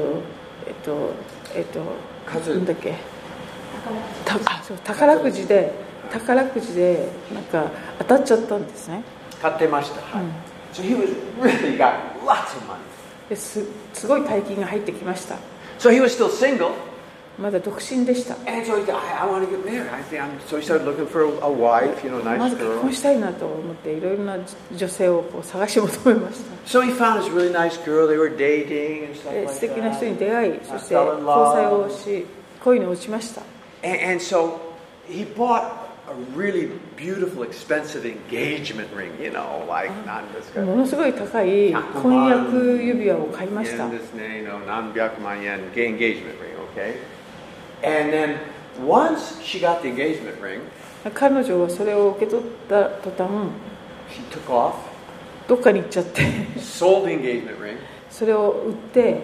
[SPEAKER 1] えっとえっと
[SPEAKER 2] 数
[SPEAKER 1] なんだっけたあそう宝くじで宝くじでなんか当たっちゃったんですね、
[SPEAKER 2] 買ってました。はい。
[SPEAKER 1] うん
[SPEAKER 2] So he was really got lots of money.
[SPEAKER 1] ですすごい大金が入ってきました
[SPEAKER 2] So he was still single,
[SPEAKER 1] まだ独身でした
[SPEAKER 2] and so he said, I, I want to get married. I think I'm, so he started looking for a, a wife, you know,
[SPEAKER 1] ま
[SPEAKER 2] nice
[SPEAKER 1] ず結
[SPEAKER 2] girl.
[SPEAKER 1] 婚したいなと思っていろいろな女性をこう探し求めました
[SPEAKER 2] So he found this really nice girl. They were dating and
[SPEAKER 1] で素
[SPEAKER 2] stuff
[SPEAKER 1] 敵な
[SPEAKER 2] like
[SPEAKER 1] 人に
[SPEAKER 2] that.
[SPEAKER 1] 出会いそして
[SPEAKER 2] I fell in love.
[SPEAKER 1] 交際をし恋に落ちました
[SPEAKER 2] And, and so he bought a really beautiful, expensive engagement ring, you know, like not this guy.
[SPEAKER 1] ものすごい高い
[SPEAKER 2] 100
[SPEAKER 1] 婚約指輪を買いました
[SPEAKER 2] And this name, you know, non-byakman yen, gay engagement ring, okay? And then once she got the engagement ring,
[SPEAKER 1] 彼女はそれを受け取った途端
[SPEAKER 2] she took off,
[SPEAKER 1] どっかに行っちゃって
[SPEAKER 2] sold the engagement ring,
[SPEAKER 1] それを売って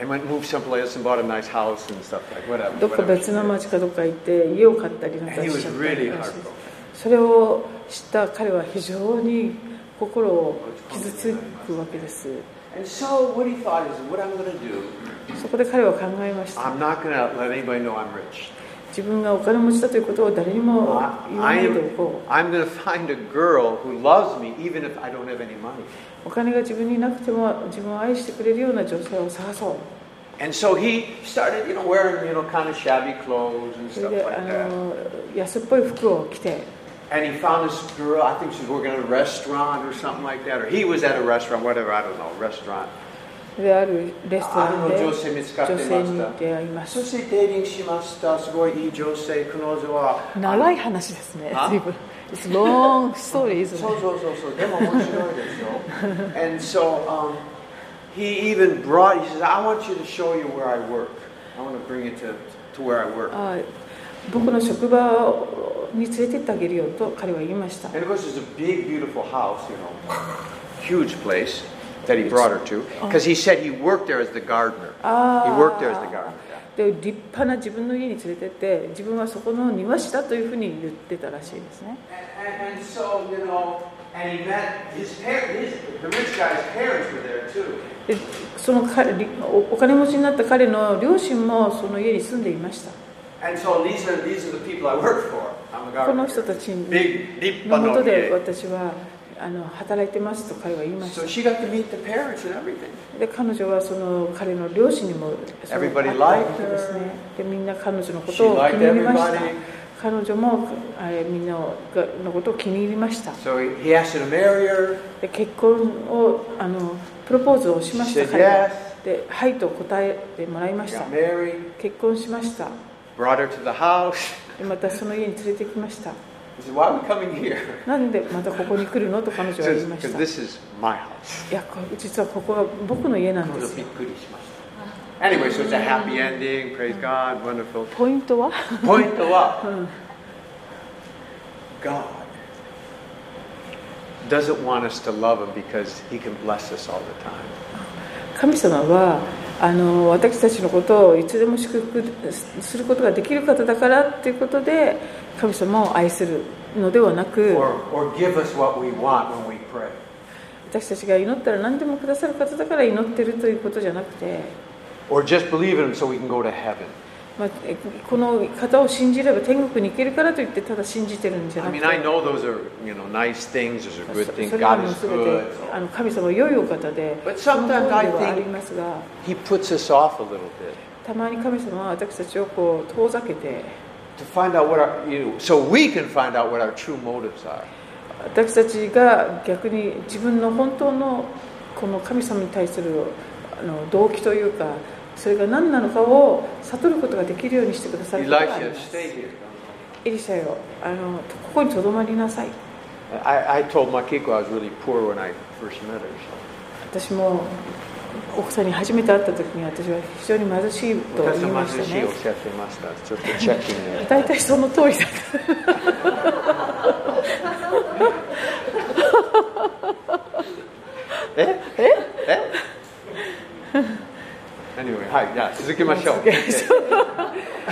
[SPEAKER 2] and went and moved someplace else and bought a nice house and stuff like whatever.
[SPEAKER 1] どっか
[SPEAKER 2] whatever she
[SPEAKER 1] 別の
[SPEAKER 2] did.
[SPEAKER 1] 町かどっか行って家を買ったりなん
[SPEAKER 2] And
[SPEAKER 1] か
[SPEAKER 2] he
[SPEAKER 1] し
[SPEAKER 2] was
[SPEAKER 1] ちゃったり
[SPEAKER 2] really
[SPEAKER 1] らしいです
[SPEAKER 2] heartbroken.
[SPEAKER 1] それを知った彼は非常に心を傷つくわけです
[SPEAKER 2] And so what he thought is, what I'm going to do,
[SPEAKER 1] そこで彼は考えました
[SPEAKER 2] I'm not going to let anybody know I'm rich.
[SPEAKER 1] 自分がお金持ちだということを誰にも
[SPEAKER 2] I-
[SPEAKER 1] 言わ
[SPEAKER 2] I
[SPEAKER 1] ないでおこ
[SPEAKER 2] am, I'm going to find a girl who loves me even if I don't have any money.
[SPEAKER 1] うお金が自分になくても自分を愛してくれるような女性を探そう
[SPEAKER 2] And so he started, you know, wearing, you know, kind of shabby clothes and
[SPEAKER 1] それ
[SPEAKER 2] stuff
[SPEAKER 1] であ
[SPEAKER 2] like that.
[SPEAKER 1] の安っぽい服を着て
[SPEAKER 2] And he found this girl, I think she was working at a restaurant or something like that, or he was at a restaurant, whatever, I don't know, restaurant.
[SPEAKER 1] であるレストランで
[SPEAKER 2] あの女性見つかって
[SPEAKER 1] 女
[SPEAKER 2] ました
[SPEAKER 1] 性に出会いま
[SPEAKER 2] そ
[SPEAKER 1] す
[SPEAKER 2] してデーティングしました、すごいいい女性、彼女は。
[SPEAKER 1] 長い話ですね
[SPEAKER 2] あ
[SPEAKER 1] 随分 It's long story
[SPEAKER 2] そ
[SPEAKER 1] isn't
[SPEAKER 2] う
[SPEAKER 1] it?
[SPEAKER 2] そうそうそう、でも面白いですよ。And so、um, he even brought, he says, I want you to show you where I work. I want to bring you to, to where I work.
[SPEAKER 1] あ僕の職場に連れてってあげるよと彼は言いました
[SPEAKER 2] And it was just a big, beautiful house, you know, huge place that he brought her to. Because he said he worked there as the gardener. He worked there as the gardener.
[SPEAKER 1] ああで立派な自分の家に連れてって自分はそこの庭師だというふうに言ってたらしいですね
[SPEAKER 2] And, and, and so, you know, and he met his parents, his, the rich guy's parents were there too.
[SPEAKER 1] でその彼おお金持ちになった彼の両親もその家に住んでいました
[SPEAKER 2] And so these are, these are the people I work for. I'm a
[SPEAKER 1] この
[SPEAKER 2] garment
[SPEAKER 1] 人たち
[SPEAKER 2] maker. Big, 立
[SPEAKER 1] の
[SPEAKER 2] 派な
[SPEAKER 1] もとで
[SPEAKER 2] 家。
[SPEAKER 1] 私はあの働いてますと彼は言いまし
[SPEAKER 2] So she got to meet the parents and everything.
[SPEAKER 1] たで彼女はその彼の両親にもその
[SPEAKER 2] Everybody
[SPEAKER 1] 会ったわけですね
[SPEAKER 2] liked
[SPEAKER 1] でみんな彼女のこ
[SPEAKER 2] She
[SPEAKER 1] とを気
[SPEAKER 2] liked
[SPEAKER 1] に入りました
[SPEAKER 2] everybody.
[SPEAKER 1] 彼女もあれみんながのことを気に入りました
[SPEAKER 2] So he- he asked her to marry her.
[SPEAKER 1] で結婚をあのプロポーズをしまし
[SPEAKER 2] She said
[SPEAKER 1] た彼は
[SPEAKER 2] yes.
[SPEAKER 1] で「はい」と答えてもらいました
[SPEAKER 2] Got married.
[SPEAKER 1] 結婚しました
[SPEAKER 2] Brought her to the house.
[SPEAKER 1] でまたその家に連れてきました
[SPEAKER 2] He said, "Why are we coming here?"
[SPEAKER 1] なんでまたここに来るのと彼 女は言いまし
[SPEAKER 2] Because
[SPEAKER 1] た
[SPEAKER 2] this is my house.
[SPEAKER 1] いやこ実はここは僕の家なんですよ
[SPEAKER 2] Anyway, so it's a happy ending. Praise God. Wonderful.
[SPEAKER 1] ポイントは
[SPEAKER 2] Point to what? God doesn't want us to love Him because He can bless us all the time.
[SPEAKER 1] 神様はあの私たちのことをいつでも祝福することができる方だからっていうことで神様を愛するのではなく
[SPEAKER 2] Or, or give us what we want when we pray.
[SPEAKER 1] 私たちが祈ったら何でもくださる方だから祈ってるということじゃなくて、
[SPEAKER 2] Or just believe in Him so we can go to heaven.
[SPEAKER 1] まあ、えこの方を信じれば天国に行けるからといってただ信じてるんじゃ
[SPEAKER 2] I
[SPEAKER 1] なく
[SPEAKER 2] mean, I
[SPEAKER 1] て。
[SPEAKER 2] know those are, you know, nice things, those are
[SPEAKER 1] そ
[SPEAKER 2] good
[SPEAKER 1] そ
[SPEAKER 2] things.
[SPEAKER 1] れら
[SPEAKER 2] God
[SPEAKER 1] も
[SPEAKER 2] is
[SPEAKER 1] 全て
[SPEAKER 2] good.
[SPEAKER 1] あの神様は良いお方で
[SPEAKER 2] But sometimes
[SPEAKER 1] その通りで
[SPEAKER 2] I
[SPEAKER 1] は
[SPEAKER 2] think-
[SPEAKER 1] ありますが
[SPEAKER 2] He puts us off a little bit
[SPEAKER 1] たまに神様は私たちをこう遠ざけて
[SPEAKER 2] to find out what our, you know, so we can find out what our true motives are.
[SPEAKER 1] 私たちが逆に自分の本当のこの神様に対するあの動機というかそれが何なのかを悟ることができるようにしてくださることがあり
[SPEAKER 2] Elisha,
[SPEAKER 1] ます
[SPEAKER 2] stay here.
[SPEAKER 1] エリシャよあのここにとどまりなさい
[SPEAKER 2] I, I told Makiko I was really poor when I first met her. So.
[SPEAKER 1] 私も奥さんに初めて会った時に私は非常に貧しいと言いました
[SPEAKER 2] 私は
[SPEAKER 1] ね
[SPEAKER 2] 貧しいお客様でした。ちょっと checking
[SPEAKER 1] 大体その通りだっ
[SPEAKER 2] Eh? えええはい、じゃあ続けましょう。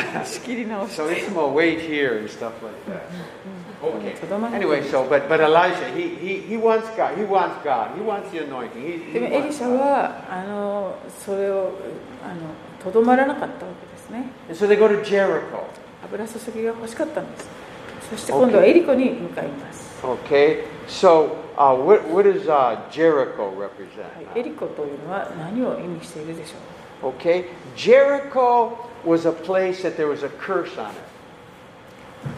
[SPEAKER 1] た仕切り直し
[SPEAKER 2] So いつも wait here and stuff like that.
[SPEAKER 1] とどま
[SPEAKER 2] Okay.
[SPEAKER 1] り
[SPEAKER 2] Anyway, so but but Elijah, he he he wants God. He wants God. He wants the anointing. He, he
[SPEAKER 1] でもエリ
[SPEAKER 2] wants
[SPEAKER 1] シャ
[SPEAKER 2] God.
[SPEAKER 1] はあのそれをあのとどまらなかったわけですね
[SPEAKER 2] And so they go to Jericho.
[SPEAKER 1] 油注ぎが欲しかったんですそして今度はエリコに向かいます、
[SPEAKER 2] Okay. So uh, what what does uh, Jericho represent?
[SPEAKER 1] はい、エリコというのは何を意味しているでしょ
[SPEAKER 2] Okay. Jericho was a place that there was a curse on it.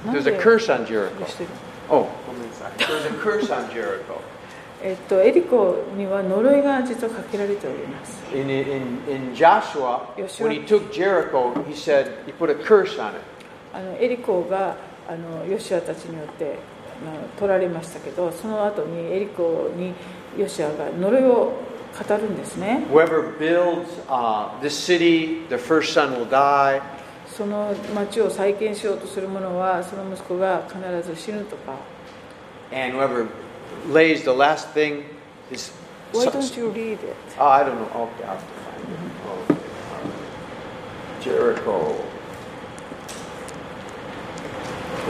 [SPEAKER 1] うなん
[SPEAKER 2] There's
[SPEAKER 1] で
[SPEAKER 2] a curse on Jericho.
[SPEAKER 1] してる
[SPEAKER 2] Oh, there's a curse on Jericho.
[SPEAKER 1] えっと、エリコには呪いが実はかけられております。
[SPEAKER 2] In, in, in Joshua,
[SPEAKER 1] Joshua.
[SPEAKER 2] when he took Jericho, he said he put a curse on it.
[SPEAKER 1] あのエリコがあのヨシアたちによってあの取られましたけど、その後にエリコにヨシアが呪いを語るんですね。
[SPEAKER 2] Whoever builds uh, this city, their first son will die.
[SPEAKER 1] その町を再建しようとする者は、その息子が必ず死ぬとか。
[SPEAKER 2] And whoever lays the last thing, his.
[SPEAKER 1] Why
[SPEAKER 2] so-
[SPEAKER 1] don't you read it?
[SPEAKER 2] Oh, I don't know. Okay, I'll have to find it. Okay, all right. Jericho.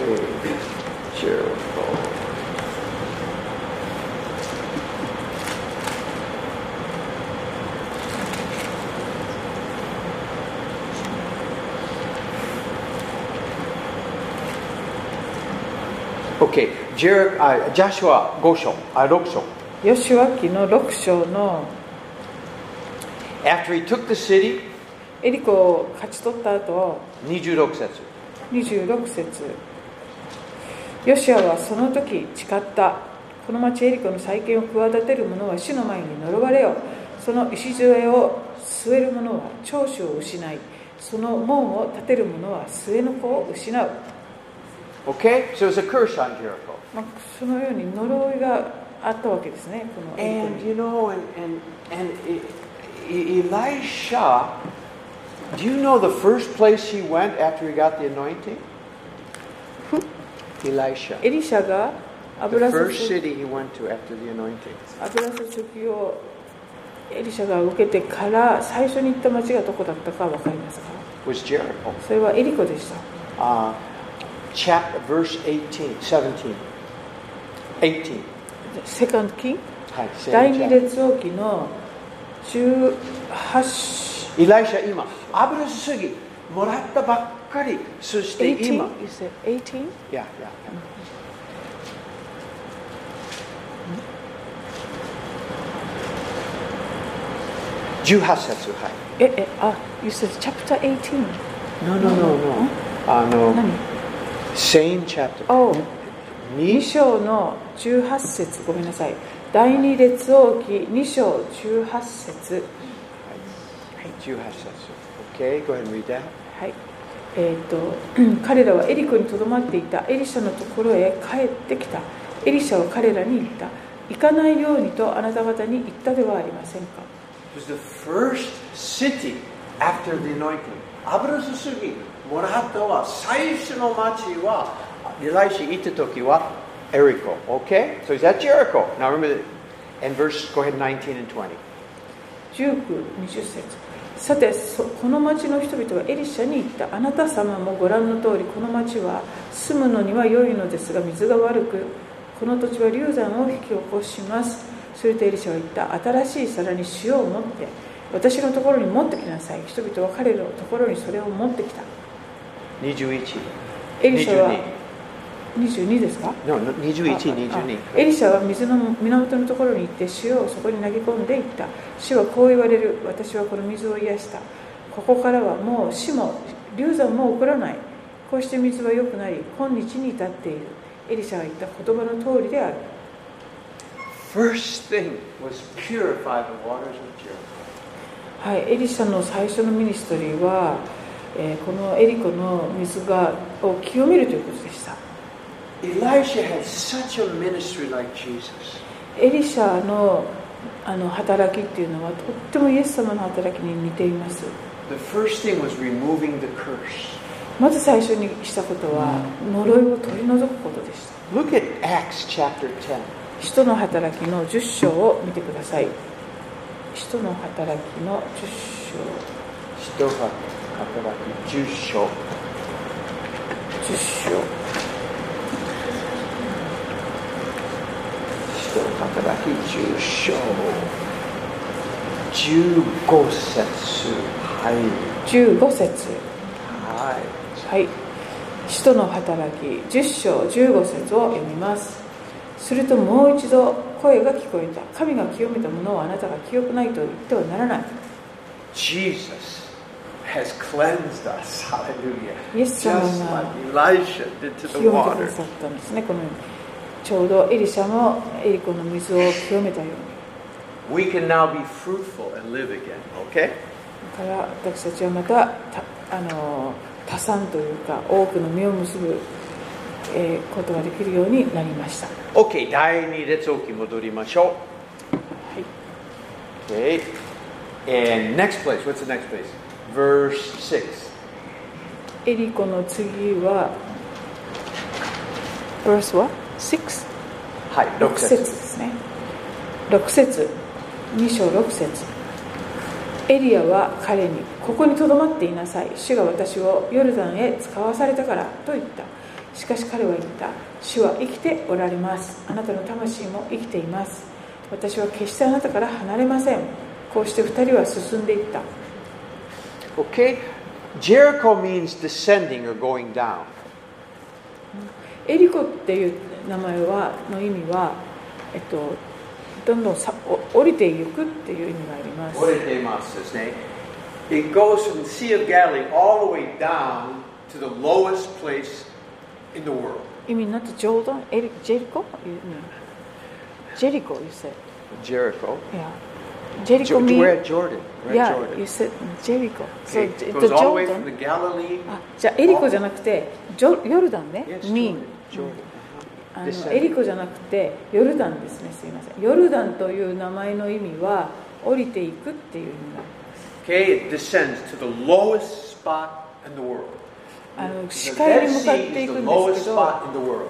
[SPEAKER 2] Okay, Jericho. Okay, Jer- uh, Joshua uh, 5章、あ6章。
[SPEAKER 1] ヨシュア記の6章の
[SPEAKER 2] After he took the city,
[SPEAKER 1] エリコを勝ち取った後
[SPEAKER 2] 26節。
[SPEAKER 1] 26節ヨシュアはその時誓ったこの町エリコの再建を企てる者は主の前に呪われよその礎を据える者は長所を失いその門を建てる者は末の子を失う、
[SPEAKER 2] Okay, so it's a curse on Jericho.
[SPEAKER 1] まあ、そのように呪いがあったわけですねこのエリコ
[SPEAKER 2] And
[SPEAKER 1] に
[SPEAKER 2] you know, and and and E- E- Elisha, do you know the first place he went after he got the anointing? Elisha.
[SPEAKER 1] エリシャが
[SPEAKER 2] The
[SPEAKER 1] 油注
[SPEAKER 2] first
[SPEAKER 1] ぎ
[SPEAKER 2] city he went to after the anointing.
[SPEAKER 1] 油注ぎをエリシャが受けてから最初に行った町がどこだったか分かりますか
[SPEAKER 2] was Jericho.
[SPEAKER 1] それはエリコでした
[SPEAKER 2] Uh, chapter verse 18, 17. 18.
[SPEAKER 1] セカンドキン
[SPEAKER 2] Hi, same
[SPEAKER 1] 第二
[SPEAKER 2] chapter.
[SPEAKER 1] 列王記の18
[SPEAKER 2] Elisha 今、油注ぎもらったばっかり、そして今
[SPEAKER 1] 18,。you said 18?
[SPEAKER 2] Yeah, yeah, yeah. Juha Setsu, hi.
[SPEAKER 1] え、え、あ、you said chapter 18?
[SPEAKER 2] No, no, no, no. あの、
[SPEAKER 1] 何
[SPEAKER 2] same chapter.
[SPEAKER 1] おう
[SPEAKER 2] に
[SPEAKER 1] 2章の18節ごめんなさい。第二列王記2章18節
[SPEAKER 2] Juha Setsu. Okay, go ahead and read that.
[SPEAKER 1] はいえー、と 彼らはエリコにとどまっていたエリシャのところへ帰ってきたエリシャは彼らに言った行かないようにとあなた方に言ったではありませんか
[SPEAKER 2] It was the first city after the anointing. アブラススギモラハタは最初の町は、エライシ行った時は、エリコ。Okay? So is that Jericho? Now remember, and verse, go ahead, 19 and 20.
[SPEAKER 1] 1920節さてそこの町の人々はエリシャに言ったあなた様もご覧の通りこの町は住むのには良いのですが水が悪くこの土地は流産を引き起こしますするとエリシャは言った新しい皿に塩を持って私のところに持ってきなさい人々は彼のところにそれを持ってきた
[SPEAKER 2] 21。
[SPEAKER 1] エリシャは
[SPEAKER 2] 22
[SPEAKER 1] 22ですか
[SPEAKER 2] No, no, 21、22.
[SPEAKER 1] あエリシャは水の源のところに行って塩をそこに投げ込んでいった主はこう言われる私はこの水を癒したここからはもう死も流産も起こらないこうして水は良くなり今日に至っているエリシャは言った言葉の通りである
[SPEAKER 2] First thing was purify the waters of Jericho.
[SPEAKER 1] はいエリシャの最初のミニストリーは、えーこのエリコの水がを清めるということでした
[SPEAKER 2] Elisha had such a ministry like Jesus.
[SPEAKER 1] エリシャのあの働きっていうのはとってもイエス様の働きに似ています
[SPEAKER 2] The first thing was removing the curse.
[SPEAKER 1] まず最初にしたことは呪いを取り除くことでした
[SPEAKER 2] Look at Acts chapter 10.
[SPEAKER 1] 使徒の働きの10章を見てください使徒の働きの10
[SPEAKER 2] 使徒働き10章。
[SPEAKER 1] 章10章
[SPEAKER 2] 使徒働き10章。15節。はい。はい。
[SPEAKER 1] 15節はい使徒の働き10章15節を読みますするともう一度声が聞こえた神が清めたものをあなたが清くないと言ってはならない
[SPEAKER 2] Jesus has cleansed us. Hallelujah.
[SPEAKER 1] Yes,
[SPEAKER 2] Just
[SPEAKER 1] Lord.
[SPEAKER 2] like Elisha did to the
[SPEAKER 1] 清めてくだ
[SPEAKER 2] water.
[SPEAKER 1] さったんですねこのようにちょうどエリシャもエリコの水を清めたように
[SPEAKER 2] We can now be fruitful and live again. Okay?
[SPEAKER 1] だから私たちはまたたあの多産というか多くの実を結ぶ、えーことができるようになりました、は
[SPEAKER 2] OK、第二列王記戻りましょう。
[SPEAKER 1] い、
[SPEAKER 2] Okay. And next place, what's the next place? Verse 6.
[SPEAKER 1] エリコの次は verse は 6?
[SPEAKER 2] はい、
[SPEAKER 1] 6
[SPEAKER 2] 6
[SPEAKER 1] 節
[SPEAKER 2] 節
[SPEAKER 1] で。すね6節2章6節エリアは彼に「ここにとどまっていなさい主が私をヨルダンへ使わされたから」と言ったしかし彼は言った「主は生きておられますあなたの魂も生きています私は決してあなたから離れません」こうして2人は進んでいった
[SPEAKER 2] Okay? Jericho means descending or going down.
[SPEAKER 1] エリコっていう名前はの意味は、えっと、どんどんさお降りていくっていう意味があります
[SPEAKER 2] 折れていますですね。It goes from the Sea of Galilee all the way down to the lowest place in the world.
[SPEAKER 1] 意味なとジョーダンエリジェリコ You mean- ジェリコ you said
[SPEAKER 2] Jericho.
[SPEAKER 1] yeah ジェリコ
[SPEAKER 2] Jo-
[SPEAKER 1] mean
[SPEAKER 2] we're at Jordan. We're at
[SPEAKER 1] yeah you
[SPEAKER 2] Jordan.
[SPEAKER 1] said ジェリコ so
[SPEAKER 2] Okay,
[SPEAKER 1] j-
[SPEAKER 2] It
[SPEAKER 1] the
[SPEAKER 2] goes all the way from
[SPEAKER 1] Jordan Eh?
[SPEAKER 2] the Galilee.
[SPEAKER 1] あじゃあエリコじゃなくてジョヨルダンね
[SPEAKER 2] Yes,
[SPEAKER 1] mean
[SPEAKER 2] Jordan. Jordan.
[SPEAKER 1] あ
[SPEAKER 2] This side.
[SPEAKER 1] のエリコじゃなくてヨルダンですねすいませんヨルダンという名前の意味は降りていくっていう意味なんです
[SPEAKER 2] Okay, it descends to the lowest spot in the world.
[SPEAKER 1] あの
[SPEAKER 2] The
[SPEAKER 1] 視界
[SPEAKER 2] Dead
[SPEAKER 1] に向かっ
[SPEAKER 2] Sea
[SPEAKER 1] て
[SPEAKER 2] is
[SPEAKER 1] いく
[SPEAKER 2] the
[SPEAKER 1] んで
[SPEAKER 2] lowest
[SPEAKER 1] すけど
[SPEAKER 2] spot in the world.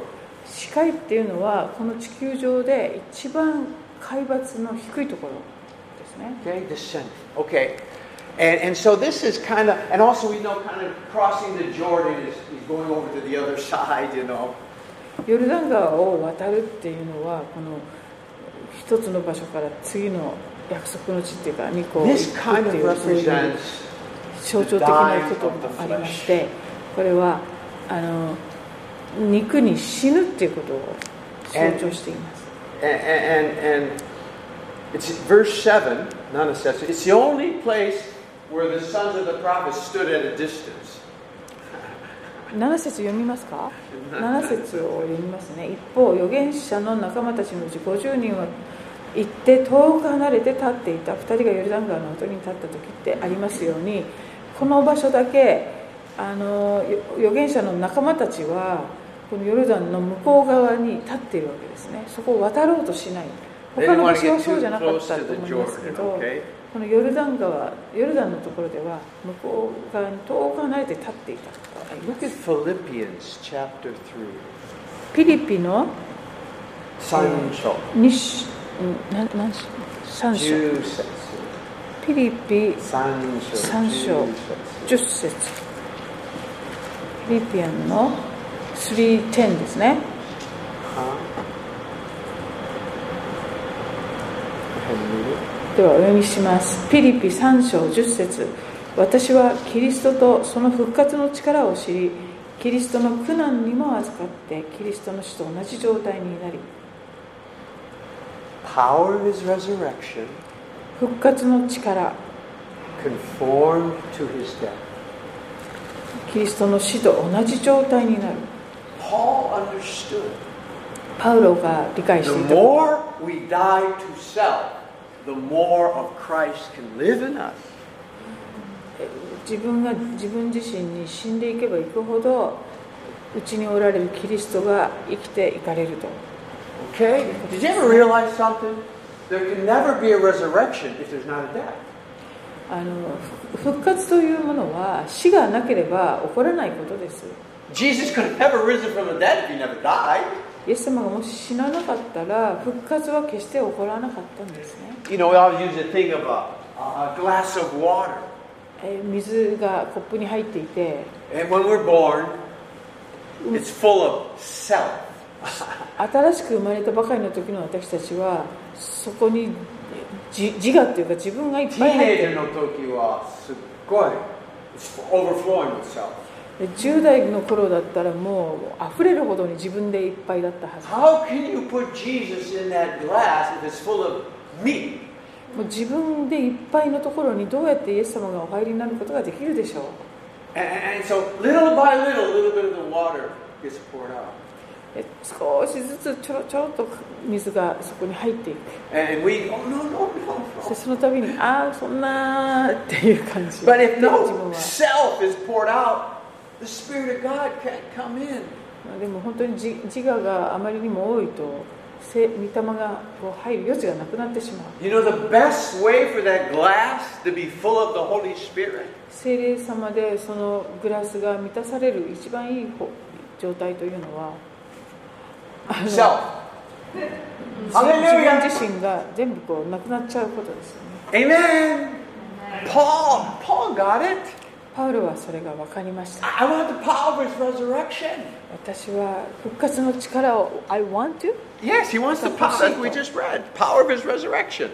[SPEAKER 1] 視界っていうのはこの地球上で一番海抜の低いところですね
[SPEAKER 2] Okay, descend. Okay. And, and so this is kind of, and also we know kind of crossing the Jordan is, is going over to the other side, you know.
[SPEAKER 1] ヨルダン川を渡るっていうのはこの一つの場所から次の約束の地っていうかにこう行
[SPEAKER 2] This
[SPEAKER 1] く
[SPEAKER 2] kind
[SPEAKER 1] っ
[SPEAKER 2] of
[SPEAKER 1] ていうそういう
[SPEAKER 2] represents
[SPEAKER 1] 象徴的なこともありましてこれはあの肉に死ぬっていうことを象徴しています
[SPEAKER 2] And, and, and it's verse 7, not necessary. It's the only place where the sons of the prophets stood at a distance.
[SPEAKER 1] 7節読みますか7節を読みますね一方預言者の仲間たちのうち50人は行って遠く離れて立っていた2人がヨルダン川のほとりに立った時ってありますようにこの場所だけあのよ預言者の仲間たちはこのヨルダンの向こう側に立っているわけですねそこを渡ろうとしない
[SPEAKER 2] They
[SPEAKER 1] 他
[SPEAKER 2] didn't
[SPEAKER 1] の場
[SPEAKER 2] want to get
[SPEAKER 1] 所はそう
[SPEAKER 2] too
[SPEAKER 1] じゃなかっ
[SPEAKER 2] close
[SPEAKER 1] た
[SPEAKER 2] to the
[SPEAKER 1] と思いますけ
[SPEAKER 2] Jordan,
[SPEAKER 1] ど
[SPEAKER 2] okay?
[SPEAKER 1] このヨルダン川ヨルダンのところでは向こう側に遠く離れて立っていたとかありま
[SPEAKER 2] Look
[SPEAKER 1] す
[SPEAKER 2] at Philippians chapter 3.
[SPEAKER 1] フィリピの
[SPEAKER 2] Sancho.
[SPEAKER 1] 2しんな何し3章
[SPEAKER 2] Sancho.
[SPEAKER 1] フィリピ
[SPEAKER 2] Sancho.
[SPEAKER 1] 三章10節フィリピアンの310ですね
[SPEAKER 2] Huh? Go ahead and read it.
[SPEAKER 1] ではお読みしますピリピ3章10節私はキリストとその復活の力を知りキリストの苦難にも預かってキリストの死と同じ状態になり
[SPEAKER 2] Power of his resurrection
[SPEAKER 1] 復活の力
[SPEAKER 2] conformed to his death.
[SPEAKER 1] キリストの死と同じ状態になる
[SPEAKER 2] Paul understood.
[SPEAKER 1] パウロが理解し
[SPEAKER 2] The
[SPEAKER 1] ていた
[SPEAKER 2] more we die to self, the more of Christ can live in us.
[SPEAKER 1] 自分が自分自身に死んでいけばいくほどうちにおられるキリストが生きていかれると
[SPEAKER 2] Okay? Did you ever realize something? There can never be a resurrection if there's not a death.
[SPEAKER 1] あのふ復活というものは死がなければ起こらないことです
[SPEAKER 2] Jesus could have never risen from the dead if he never died.
[SPEAKER 1] イエス様がもし死ななかったら復活は決して起こらなかったんですね、
[SPEAKER 2] You know, we always use the thing of a, a glass of water.
[SPEAKER 1] えー水がコップに入っていて
[SPEAKER 2] And when we're born, it's full of self.
[SPEAKER 1] 新しく生まれたばかりの時の私たちはそこにじ自我というか自分がいっぱい入ってる
[SPEAKER 2] Teenager の時はすっごい、it's overflowing with self.
[SPEAKER 1] で10代の頃だったらもう溢れるほどに自分でいっぱいだったはず
[SPEAKER 2] How can you put Jesus in that glass if it's full of me?
[SPEAKER 1] もう自分でいっぱいのところにどうやってイエス様がお入りになることができるでしょう
[SPEAKER 2] And, and so little by little, a little bit of the water gets poured out.
[SPEAKER 1] で少しずつちょろちょろっと水がそこに入っていく
[SPEAKER 2] And we, oh no, no, no,
[SPEAKER 1] で
[SPEAKER 2] no.
[SPEAKER 1] その度にああそんなーっていう感じ
[SPEAKER 2] But if
[SPEAKER 1] 自分
[SPEAKER 2] no
[SPEAKER 1] は
[SPEAKER 2] self is poured out, the Spirit of God can't come in.
[SPEAKER 1] まあでも本当に自自我があまりにも多いとせ御霊がこう入る余地がなくなってしまう
[SPEAKER 2] You know the best way for that glass to be full of the Holy Spirit
[SPEAKER 1] 聖霊様でそのグラスが満たされる一番いい方状態というのはあの
[SPEAKER 2] self.
[SPEAKER 1] 自分
[SPEAKER 2] Hallelujah.
[SPEAKER 1] 自身が全部こうなくなっちゃうことですよね
[SPEAKER 2] Amen. Paul, Paul got it.
[SPEAKER 1] パウロはそれが分かりました
[SPEAKER 2] I I want the power of his resurrection.
[SPEAKER 1] 私は復活の力を I want to
[SPEAKER 2] Yes, he wants the power. That's what we just read. Power of his resurrection.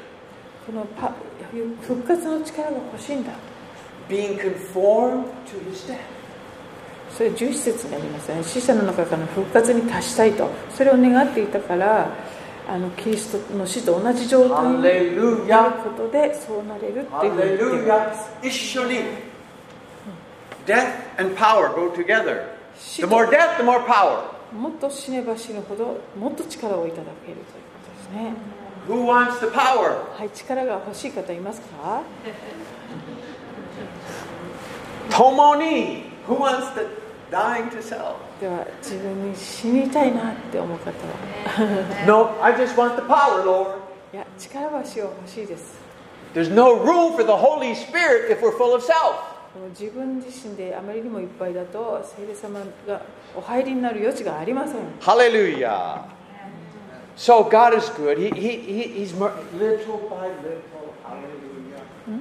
[SPEAKER 1] このパ復活の力が欲しいんだ
[SPEAKER 2] Being conformed to his death.
[SPEAKER 1] それ11節になりますよね死者の中からの復活に達したいとそれを願っていたからあのキリストの死と同じ状態になる
[SPEAKER 2] Hallelujah.
[SPEAKER 1] ことでそうなれるっていうふうに言っているんで
[SPEAKER 2] Hallelujah.
[SPEAKER 1] す
[SPEAKER 2] Ishoni. Death and power go together. The
[SPEAKER 1] 死と
[SPEAKER 2] more death, the more power.
[SPEAKER 1] もっと死ねば死ぬほどもっと力をいただけるということですね
[SPEAKER 2] Who wants the power?
[SPEAKER 1] はい力が欲しい方いますか
[SPEAKER 2] Tomoni. Who wants the dying to self?
[SPEAKER 1] では自分に死にたいなって思う方は
[SPEAKER 2] No, I just want the power, Lord.
[SPEAKER 1] いや力は死を欲しいです
[SPEAKER 2] There's no room for the Holy Spirit if we're full of self.
[SPEAKER 1] この自分自身であまりにもいっぱいだと聖霊様がお入りになる余地がありません
[SPEAKER 2] Hallelujah. So God is good. He, he, he, he's mer- little by little. Hallelujah.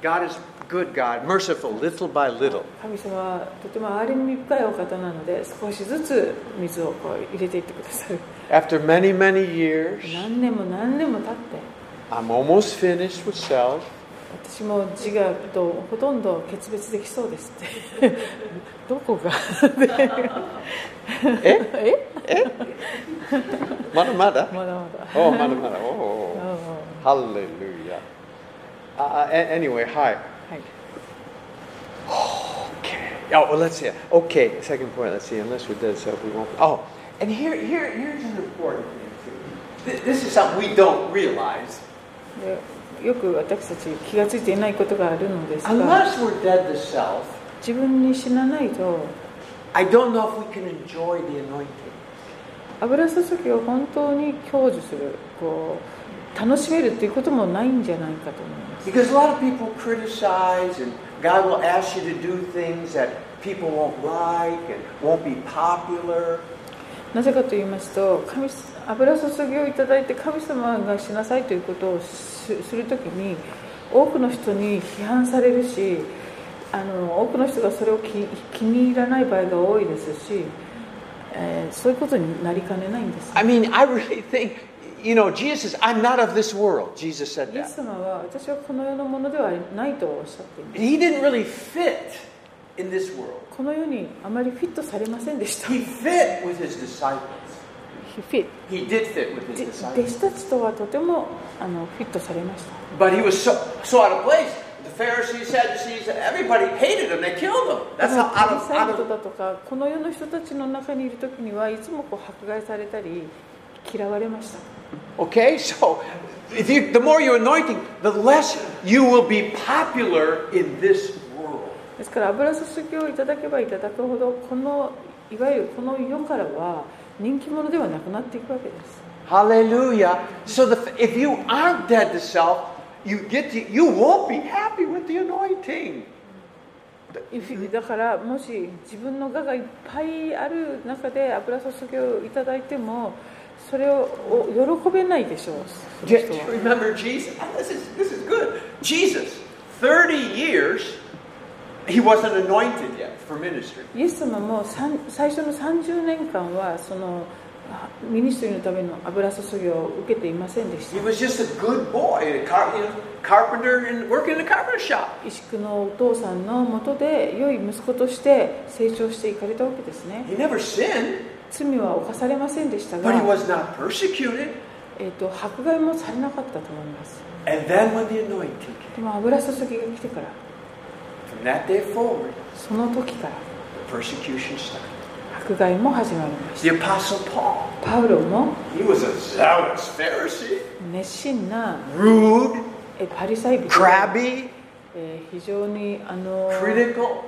[SPEAKER 2] God is good, God, merciful, little by little.
[SPEAKER 1] 神様はとても憐れみ深いお方なので少しずつ水をこう入れていってくださる
[SPEAKER 2] After many, many years,
[SPEAKER 1] 何年も何年も経って
[SPEAKER 2] I'm almost finished with self.
[SPEAKER 1] 私も自我とほとんど決別できそうですって どこが
[SPEAKER 2] え
[SPEAKER 1] え
[SPEAKER 2] まだまだ
[SPEAKER 1] まだまだ
[SPEAKER 2] Oh, mother, mother. Oh,
[SPEAKER 1] うん
[SPEAKER 2] hallelujah. Uh, uh, a- anyway, hi.
[SPEAKER 1] はい
[SPEAKER 2] Okay. Oh, well, let's see. Okay, second point. Let's see. Unless we did, so we won't. Oh, and here, here, here's an important thing too. Th- This is something we don't realize
[SPEAKER 1] でよく私たち気が付いていないことがあるのですが
[SPEAKER 2] unless we're dead to self.
[SPEAKER 1] 自分に死なないと
[SPEAKER 2] I don't know if we can enjoy the anointing.
[SPEAKER 1] 油注ぎを本当に享受するこう楽しめるっていうこともないんじゃないかと思います
[SPEAKER 2] Because a lot of people criticize, and God will ask you to do things that people won't like and won't be popular.
[SPEAKER 1] なぜかと言いますと神油注ぎをいただいて神様がしなさいということをすするときに多くの人に批判されるしあの多くの人がそれを気気に入らない場合が多いですし、えーそういうことになりかねないんです
[SPEAKER 2] I mean, I really think, you know, Jesus, says, I'm not of this world. Jesus said
[SPEAKER 1] イエス
[SPEAKER 2] that.
[SPEAKER 1] 様は私はこの世のものではないとおっしゃっています
[SPEAKER 2] He didn't really fit in this world.
[SPEAKER 1] この世にあまりフィットされませんでした
[SPEAKER 2] He fit with his disciples.
[SPEAKER 1] フィッ
[SPEAKER 2] He did fit with his
[SPEAKER 1] で
[SPEAKER 2] disciples.
[SPEAKER 1] 弟子たちとはとてもあのフィットされました
[SPEAKER 2] But he was so, so out of place. The Pharisees, Sadducees, everybody hated him. They killed him.
[SPEAKER 1] だ
[SPEAKER 2] That's how
[SPEAKER 1] か
[SPEAKER 2] out
[SPEAKER 1] ら
[SPEAKER 2] of,
[SPEAKER 1] サ
[SPEAKER 2] out
[SPEAKER 1] イト
[SPEAKER 2] of
[SPEAKER 1] だとかこの世の人たちの中にいる時にはいつもこう迫害されたり嫌われました
[SPEAKER 2] Okay, so if you, the more you're anointing, the less you will be popular in this world.
[SPEAKER 1] ですから油注ぎをいただけばいただくほどこのいわゆるこの世からは人気者ではなくなっていくわけです
[SPEAKER 2] Hallelujah. So the, if you aren't dead to self, you get to, you won't be happy with the anointing.
[SPEAKER 1] だからもし自分の我がいっぱいある中で油注ぎをいただいてもそれをお喜べないでしょうその
[SPEAKER 2] Just
[SPEAKER 1] 人は
[SPEAKER 2] remember Jesus. and This is this is good. Jesus, 30 years, he wasn't anointed yet for ministry.
[SPEAKER 1] イエス様もさん最初の30年間はそのあミニストリーのための油注ぎを受けていませんでし
[SPEAKER 2] He
[SPEAKER 1] た
[SPEAKER 2] was just a good boy, a car, you know, carpenter and working in a carpenter shop.
[SPEAKER 1] 石工のお父さんのもとで良い息子として成長していかれたわけですね
[SPEAKER 2] He never sinned,
[SPEAKER 1] 罪は犯されませんでした
[SPEAKER 2] but he
[SPEAKER 1] が、
[SPEAKER 2] was not persecuted.
[SPEAKER 1] えっと迫害もされなかったと思います
[SPEAKER 2] And then when the anointing came,
[SPEAKER 1] でも油注ぎが来てから
[SPEAKER 2] from that day forward,
[SPEAKER 1] その時から
[SPEAKER 2] the persecution started.
[SPEAKER 1] 迫害も始まりまし
[SPEAKER 2] The Apostle Paul,
[SPEAKER 1] たパウロも
[SPEAKER 2] he was a zealous Pharisee,
[SPEAKER 1] 熱心な
[SPEAKER 2] rude,
[SPEAKER 1] えパリサイ人で、
[SPEAKER 2] crabby,
[SPEAKER 1] えー非常にあの
[SPEAKER 2] critical.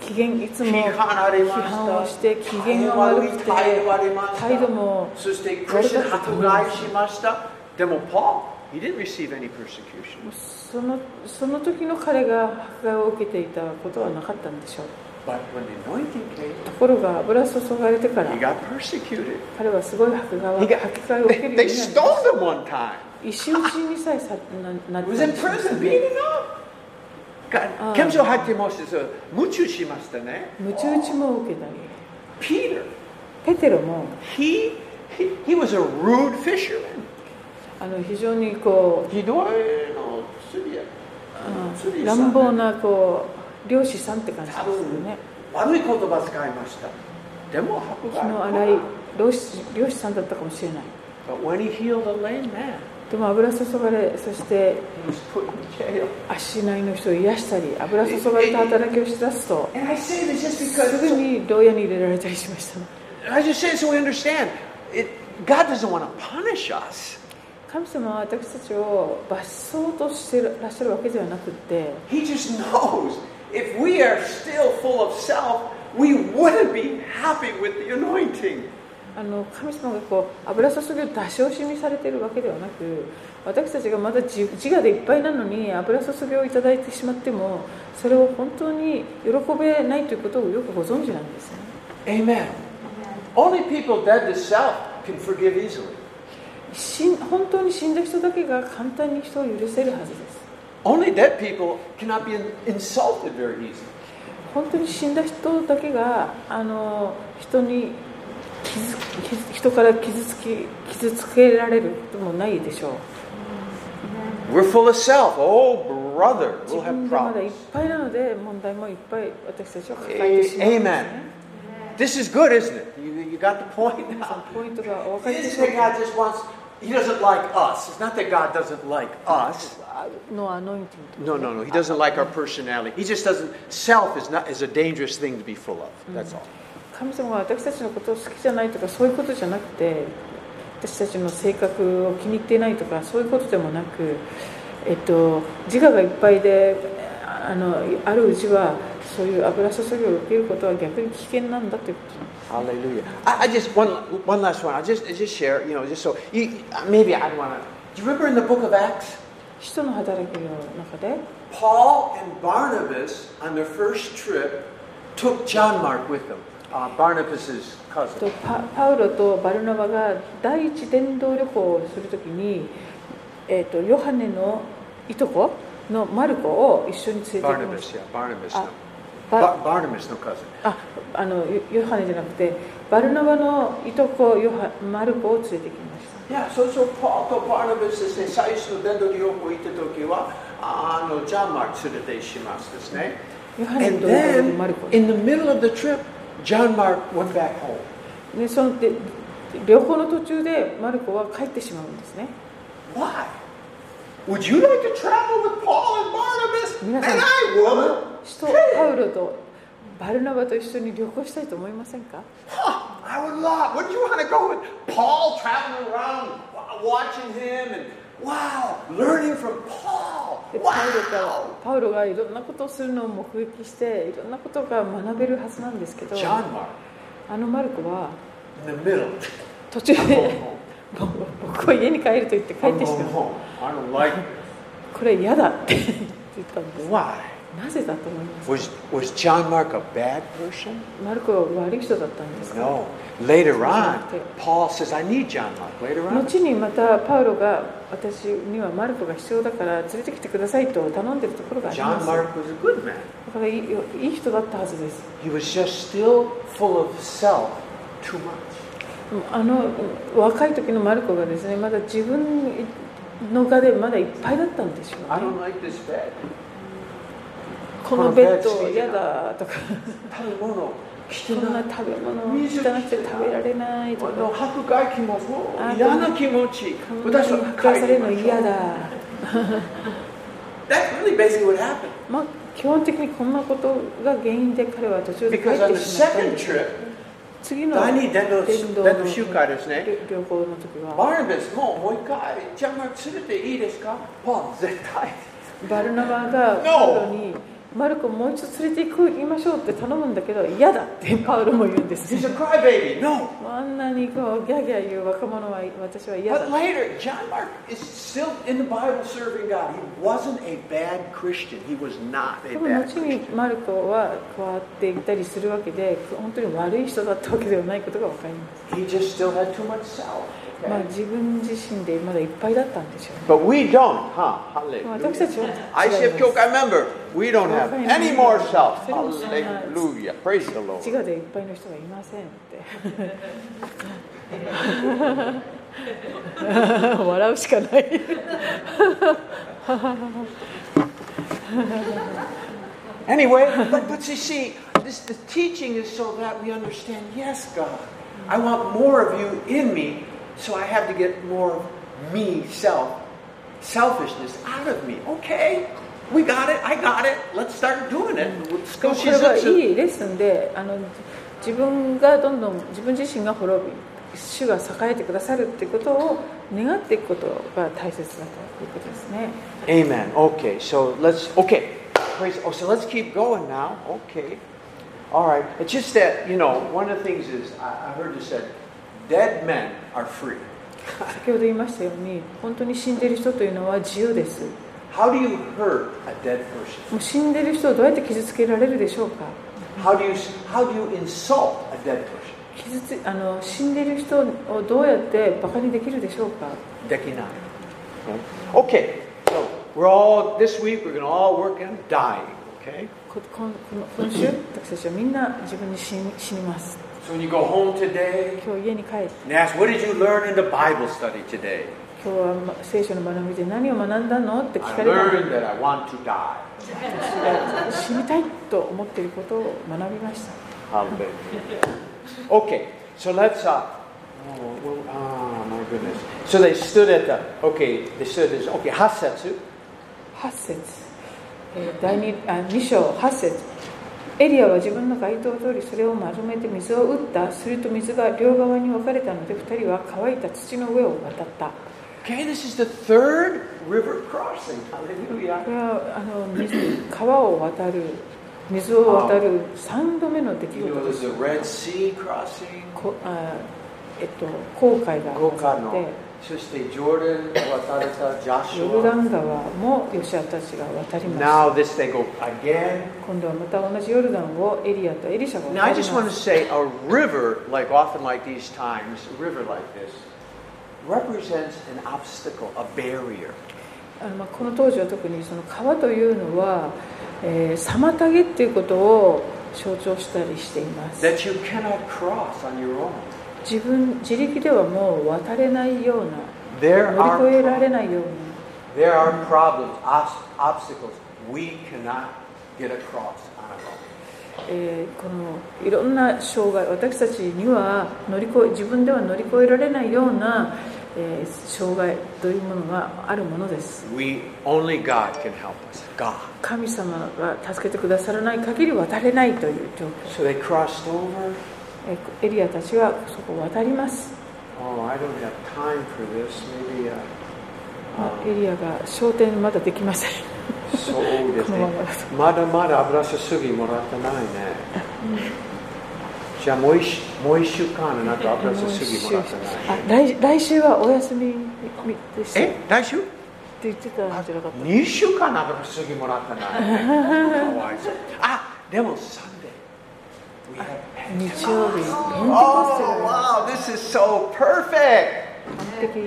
[SPEAKER 1] 機嫌いつも
[SPEAKER 2] 批判ありました
[SPEAKER 1] 批判をして機嫌が悪くて
[SPEAKER 2] 態度ありました
[SPEAKER 1] 態度も
[SPEAKER 2] そしてクリスチャン迫害しました。でも、Paul, he didn't receive any persecution.
[SPEAKER 1] そのその時の彼が迫害を受けていたことはなかったんでしょう
[SPEAKER 2] But when the anointing came,
[SPEAKER 1] ところが油注がれてから
[SPEAKER 2] he got persecuted.
[SPEAKER 1] 彼はすごい迫害を
[SPEAKER 2] He
[SPEAKER 1] 迫
[SPEAKER 2] got,
[SPEAKER 1] 害を受け
[SPEAKER 2] they,
[SPEAKER 1] るようにな
[SPEAKER 2] they
[SPEAKER 1] りま
[SPEAKER 2] stoned him one time.
[SPEAKER 1] 石打ちにさえさなな
[SPEAKER 2] He
[SPEAKER 1] って
[SPEAKER 2] was
[SPEAKER 1] た
[SPEAKER 2] in
[SPEAKER 1] んですよ
[SPEAKER 2] prison, beaten up. Ah.
[SPEAKER 1] ああ。
[SPEAKER 2] 刑務所入ってました。夢中しましたね。
[SPEAKER 1] 鞭打ちも受けたり
[SPEAKER 2] Peter,
[SPEAKER 1] ペテロも
[SPEAKER 2] he, he, he was a rude fisherman.
[SPEAKER 1] あの非常にこうあ
[SPEAKER 2] Ah.
[SPEAKER 1] の乱暴なこう漁師さんって感じですよね
[SPEAKER 2] ひどいの罪や悪い言葉使いました。
[SPEAKER 1] 気の荒い
[SPEAKER 2] でも、迫害。
[SPEAKER 1] 漁師漁師さんだったかもしれない
[SPEAKER 2] But when he healed a lame man,
[SPEAKER 1] でも油注がれそして
[SPEAKER 2] he was put in jail.
[SPEAKER 1] 足ないの人を癒したり油注がれた働きをしだすと
[SPEAKER 2] And I say this just
[SPEAKER 1] す
[SPEAKER 2] because,
[SPEAKER 1] ぐに牢屋に入れられたりしました
[SPEAKER 2] I just say it so we understand. It, God doesn't want to punish us.
[SPEAKER 1] 神様は私たちを罰そうとしてらっしゃるわけではなくって
[SPEAKER 2] He just knows if we are still full of self, we wouldn't be happy with the anointing.
[SPEAKER 1] あの神様がこう油注ぎを出し惜しみされているわけではなく私たちがまだ自自我でいっぱいなのに油注ぎをいただいてしまってもそれを本当に喜べないということをよくご存知なんですね
[SPEAKER 2] Amen. Only people dead to self can forgive easily.
[SPEAKER 1] 死ん本当に死んだ人だけが簡単に人を許せるはずです
[SPEAKER 2] Only dead people cannot be in- insulted very easily.
[SPEAKER 1] 本当に死んだ人だけがあの人に傷傷人から傷つき傷つけられることもないでしょう
[SPEAKER 3] Amen.
[SPEAKER 2] We're full of self. Oh, brother,
[SPEAKER 1] 自
[SPEAKER 2] we'll
[SPEAKER 1] 分
[SPEAKER 2] have
[SPEAKER 1] でまだい
[SPEAKER 2] problems.
[SPEAKER 1] っぱいなので問題もいっぱい私たちは抱えてしまうんです、ね
[SPEAKER 2] Amen.、This is good, isn't it? You, you got the point
[SPEAKER 1] 皆さ
[SPEAKER 2] now.
[SPEAKER 1] んポイントがお分かりで
[SPEAKER 2] It's
[SPEAKER 1] しょう
[SPEAKER 2] that
[SPEAKER 1] か
[SPEAKER 2] God just wants, He doesn't like us. It's not that God doesn't like us.
[SPEAKER 1] のアノインテ
[SPEAKER 2] No, no, no. He doesn't like our personality. He just doesn't, self is, not, is a dangerous thing to be full of. That's all.
[SPEAKER 1] 神様は私たちのことを好きじゃないとかそういうことじゃなくて私たちの性格を気に入っていないとかそういうことでもなく、えっと、自我がいっぱいでああのあるうちはそういう油注ぎを受けることは逆に危険なんだということ
[SPEAKER 2] Hallelujah. I, I just one one last one. I just I just share, you know, just so you, maybe I want to. Do you remember in the book of Acts,
[SPEAKER 1] 人の働きの中で
[SPEAKER 2] Paul and Barnabas on their first trip took John Mark with them, uh, Barnabas's
[SPEAKER 1] と
[SPEAKER 2] cousin.
[SPEAKER 1] パパウロとバルナバが第一伝道旅行をするときに、えっとヨハネのいとこのマルコを一緒に連れてきまし
[SPEAKER 2] Barnabas, yeah, Barnabas.
[SPEAKER 1] た。あ
[SPEAKER 2] No.
[SPEAKER 1] バ
[SPEAKER 2] Ba- Barnabas, no cousin.
[SPEAKER 1] ああのヨヨハネじゃなくてバルナバのいとこヨハマルコを連れてきました
[SPEAKER 2] Yeah, so so Paul to Barnabas oh, Uh, ですね、最初の伝道旅行行った時は、あの、ジャンマーク連れてしますですね。
[SPEAKER 1] ヨハネ
[SPEAKER 2] And
[SPEAKER 1] とヨハネとマル
[SPEAKER 2] then,
[SPEAKER 1] コ
[SPEAKER 2] in the middle of the trip, John Mark went back home.
[SPEAKER 1] でそので旅行の途中でマルコは帰ってしまうんですね
[SPEAKER 2] Why? Would you like to travel with Paul and Barnabas?
[SPEAKER 1] Yes.
[SPEAKER 2] And I would.
[SPEAKER 1] 人パウロとバルナバと一緒に旅行したいと思いませんか
[SPEAKER 2] Huh, I would love. Wouldn't you want to go with Paul traveling around, wa- watching him, and wow, learning from Paul?
[SPEAKER 1] でパウロが
[SPEAKER 2] Wow.
[SPEAKER 1] パウロがいろんなことをするのを目撃していろんなことが学べるはずなんですけど
[SPEAKER 2] John Mark
[SPEAKER 1] あのマルコは
[SPEAKER 2] in the middle.
[SPEAKER 1] 途中
[SPEAKER 2] I'm going
[SPEAKER 1] で
[SPEAKER 2] home.
[SPEAKER 1] 僕は家に帰ると言って帰
[SPEAKER 2] I'm
[SPEAKER 1] ってし
[SPEAKER 2] going
[SPEAKER 1] まう
[SPEAKER 2] home. I don't like it.
[SPEAKER 1] これ嫌だって 言ったんです
[SPEAKER 2] Why?
[SPEAKER 1] なぜだと思います
[SPEAKER 2] Was was John Mark a bad person?
[SPEAKER 1] マルコは悪い人だったんですか
[SPEAKER 2] No. Later on,
[SPEAKER 1] Something.
[SPEAKER 2] Paul says, "I need John Mark." Later on,
[SPEAKER 1] 後にまたパウロが私にはマルコが必要だから連れてきてくださいと頼んでるところがありま
[SPEAKER 2] John
[SPEAKER 1] す
[SPEAKER 2] Mark was a good man.
[SPEAKER 1] だからいいいい人だったはずです
[SPEAKER 2] He was just still full of self too much.
[SPEAKER 1] あの若い時のマルコがですねまだ自分のがでまだいっぱいだったんでしょう
[SPEAKER 2] I
[SPEAKER 1] ね
[SPEAKER 2] don't like this bed.
[SPEAKER 1] このベッド嫌だとか
[SPEAKER 2] 食べ物、
[SPEAKER 1] こんな
[SPEAKER 2] 汚い。
[SPEAKER 1] 食べ物汚くて食べられないとか
[SPEAKER 2] あの、迫害気持ち、
[SPEAKER 1] あ、
[SPEAKER 2] 嫌な気持ち。
[SPEAKER 1] こんなに
[SPEAKER 2] 私は
[SPEAKER 1] 破壊されるの嫌だ
[SPEAKER 2] That's really basically what happened.
[SPEAKER 1] まあ基本的にこんなことが原因で彼は途中で帰っ
[SPEAKER 2] Because on
[SPEAKER 1] て
[SPEAKER 2] the
[SPEAKER 1] しまったん
[SPEAKER 2] second
[SPEAKER 1] です
[SPEAKER 2] trip,
[SPEAKER 1] 次の
[SPEAKER 2] 第二伝道
[SPEAKER 1] 伝道の
[SPEAKER 2] 伝道集会ですね
[SPEAKER 1] 旅旅行の時は
[SPEAKER 2] Barnabas もう一回、ジャンマーク連れていいですか？パウ、絶対。
[SPEAKER 1] バルナバが
[SPEAKER 2] No
[SPEAKER 1] パウロにマルコもう一度連れて行く行きましょうって頼むんだけど嫌だってパウロも言うんです
[SPEAKER 2] He's a crybaby. No.
[SPEAKER 1] あんなにこうギャーギャー言う若者は私は嫌だ
[SPEAKER 2] But later, John Mark is still in the Bible serving God. He wasn't a bad Christian. He was not a
[SPEAKER 1] でも
[SPEAKER 2] bad
[SPEAKER 1] 後
[SPEAKER 2] Christian.
[SPEAKER 1] にマルコは加わっていったりするわけで本当に悪い人だったわけではないことが分かります、
[SPEAKER 2] He just still had too much self.
[SPEAKER 1] まあ
[SPEAKER 2] okay?
[SPEAKER 1] 自分自身でまだいっぱいだったんでしょう
[SPEAKER 2] But
[SPEAKER 1] ね
[SPEAKER 2] we Oh, don't, Oh, huh?
[SPEAKER 1] 私
[SPEAKER 2] Hallelujah.
[SPEAKER 1] たちは違います
[SPEAKER 2] ICF 教会 member, we don't have any more self.
[SPEAKER 1] それも知らない
[SPEAKER 2] Hallelujah. Praise the Lord.
[SPEAKER 1] 自我でいっぱいの人はいませんって 笑うしかない
[SPEAKER 2] Anyway, but, but you see, this, the teaching is so that we understand, yes, God, I want more of you in me, so I have to get more of me, self, selfishness out of me. Okay, we got it, I got it, let's start doing it. Mm, Let's go
[SPEAKER 1] でもこれはいい
[SPEAKER 2] shizutsu.
[SPEAKER 1] レッスンであの自分がどんどん自分自身が滅び主が栄えてくださるっていうことを願っていくことが大切だということですね
[SPEAKER 2] Amen. Okay, so let's, okay. Praise, oh, so let's keep going now. Okay. All right. It's just that, you know, one of the things is, I, I heard you said, dead men are free.
[SPEAKER 1] 先ほど言いましたように本当に死んでる人というのは自由です
[SPEAKER 2] How do you hurt a dead person?
[SPEAKER 1] もう死んでる人をどうやって傷つけられるでしょうか
[SPEAKER 2] How do you how do you insult a dead person?
[SPEAKER 1] 傷つあの死んでる人をどうやってバカにできるでしょうか
[SPEAKER 2] Dekinai. Okay. So we're all this week we're gonna all work on dying, okay?
[SPEAKER 1] ここんこの今週私たちはみんな自分に死に死にます
[SPEAKER 2] So when you go home today
[SPEAKER 1] 今日家に帰って
[SPEAKER 2] and ask, what did you learn in the Bible study today?
[SPEAKER 1] 今日はま聖書の学びで何を学んだのって聞
[SPEAKER 2] I
[SPEAKER 1] かれたら
[SPEAKER 2] learned that I want to die.
[SPEAKER 1] 死にたいと思っていることを学びました
[SPEAKER 2] Hallelujah. Okay, so let's. Uh, oh, well, ah, my goodness. So they stood at the. Okay, they stood at. Okay, Hasetsu.
[SPEAKER 1] 8節えー第 2, あ2章8節エリアは自分の街灯を通りそれを丸めて水を打ったすると水が両側に分かれたので2人は乾いた土の上を渡った
[SPEAKER 2] Okay, this is the third river crossing. Hallelujah.
[SPEAKER 1] これはあの水川を渡る水を渡る3度目の出来
[SPEAKER 2] You know,
[SPEAKER 1] 事
[SPEAKER 2] there's
[SPEAKER 1] です
[SPEAKER 2] the Red Sea crossing.
[SPEAKER 1] こあえっと航海が
[SPEAKER 2] 豪華
[SPEAKER 1] あっ
[SPEAKER 2] の
[SPEAKER 1] て
[SPEAKER 2] そしてジョーダンを渡れたジャシ
[SPEAKER 1] ヨルダ
[SPEAKER 2] ュア。
[SPEAKER 1] ン川もヨシアたちが渡りました
[SPEAKER 2] Now this they go again.
[SPEAKER 1] 今度はまた同じヨルダンをエリアとエリシャが
[SPEAKER 2] Now I
[SPEAKER 1] 渡り
[SPEAKER 2] just want
[SPEAKER 1] ま
[SPEAKER 2] to
[SPEAKER 1] す
[SPEAKER 2] say a river, like often like these times, a river like this, represents an obstacle, a barrier.
[SPEAKER 1] あのまあこの当時は特にその川というのは、えー妨げっていうことを象徴したりしています
[SPEAKER 2] that you cannot cross on your own.
[SPEAKER 1] 自分自力ではもう渡れないような
[SPEAKER 2] There
[SPEAKER 1] 乗り越えられ
[SPEAKER 2] are,
[SPEAKER 1] ないよう
[SPEAKER 2] there are problems, obs- obstacles we cannot get across on our own.
[SPEAKER 1] な、えーこのいろんな障害私たちには乗り越え自分では乗り越えられないような、えー障害というものがあるものです
[SPEAKER 2] We only God can help us. God.
[SPEAKER 1] 神様が助けてくださらない限り渡れないという状況
[SPEAKER 2] So they crossed over.
[SPEAKER 1] えーエリアたちはそこを渡ります
[SPEAKER 2] Oh, I don't have time for this. Maybe uh,
[SPEAKER 1] まあエリアが焦点まだできません
[SPEAKER 2] so old is
[SPEAKER 1] このままだと。あ来来週はお休みでしたって言ってたんじゃなかっ た
[SPEAKER 2] まだまだ油注ぎもらってないね。じゃあもう一週間なんか油注ぎもらってない。え？来週？二週間油注ぎもらってない。かわいそう。あ、でもサンデー。We have
[SPEAKER 1] 日
[SPEAKER 2] Pentecost.
[SPEAKER 1] 曜日ペンテコステ
[SPEAKER 2] Oh
[SPEAKER 1] が
[SPEAKER 2] wow, this is so perfect.
[SPEAKER 1] 完璧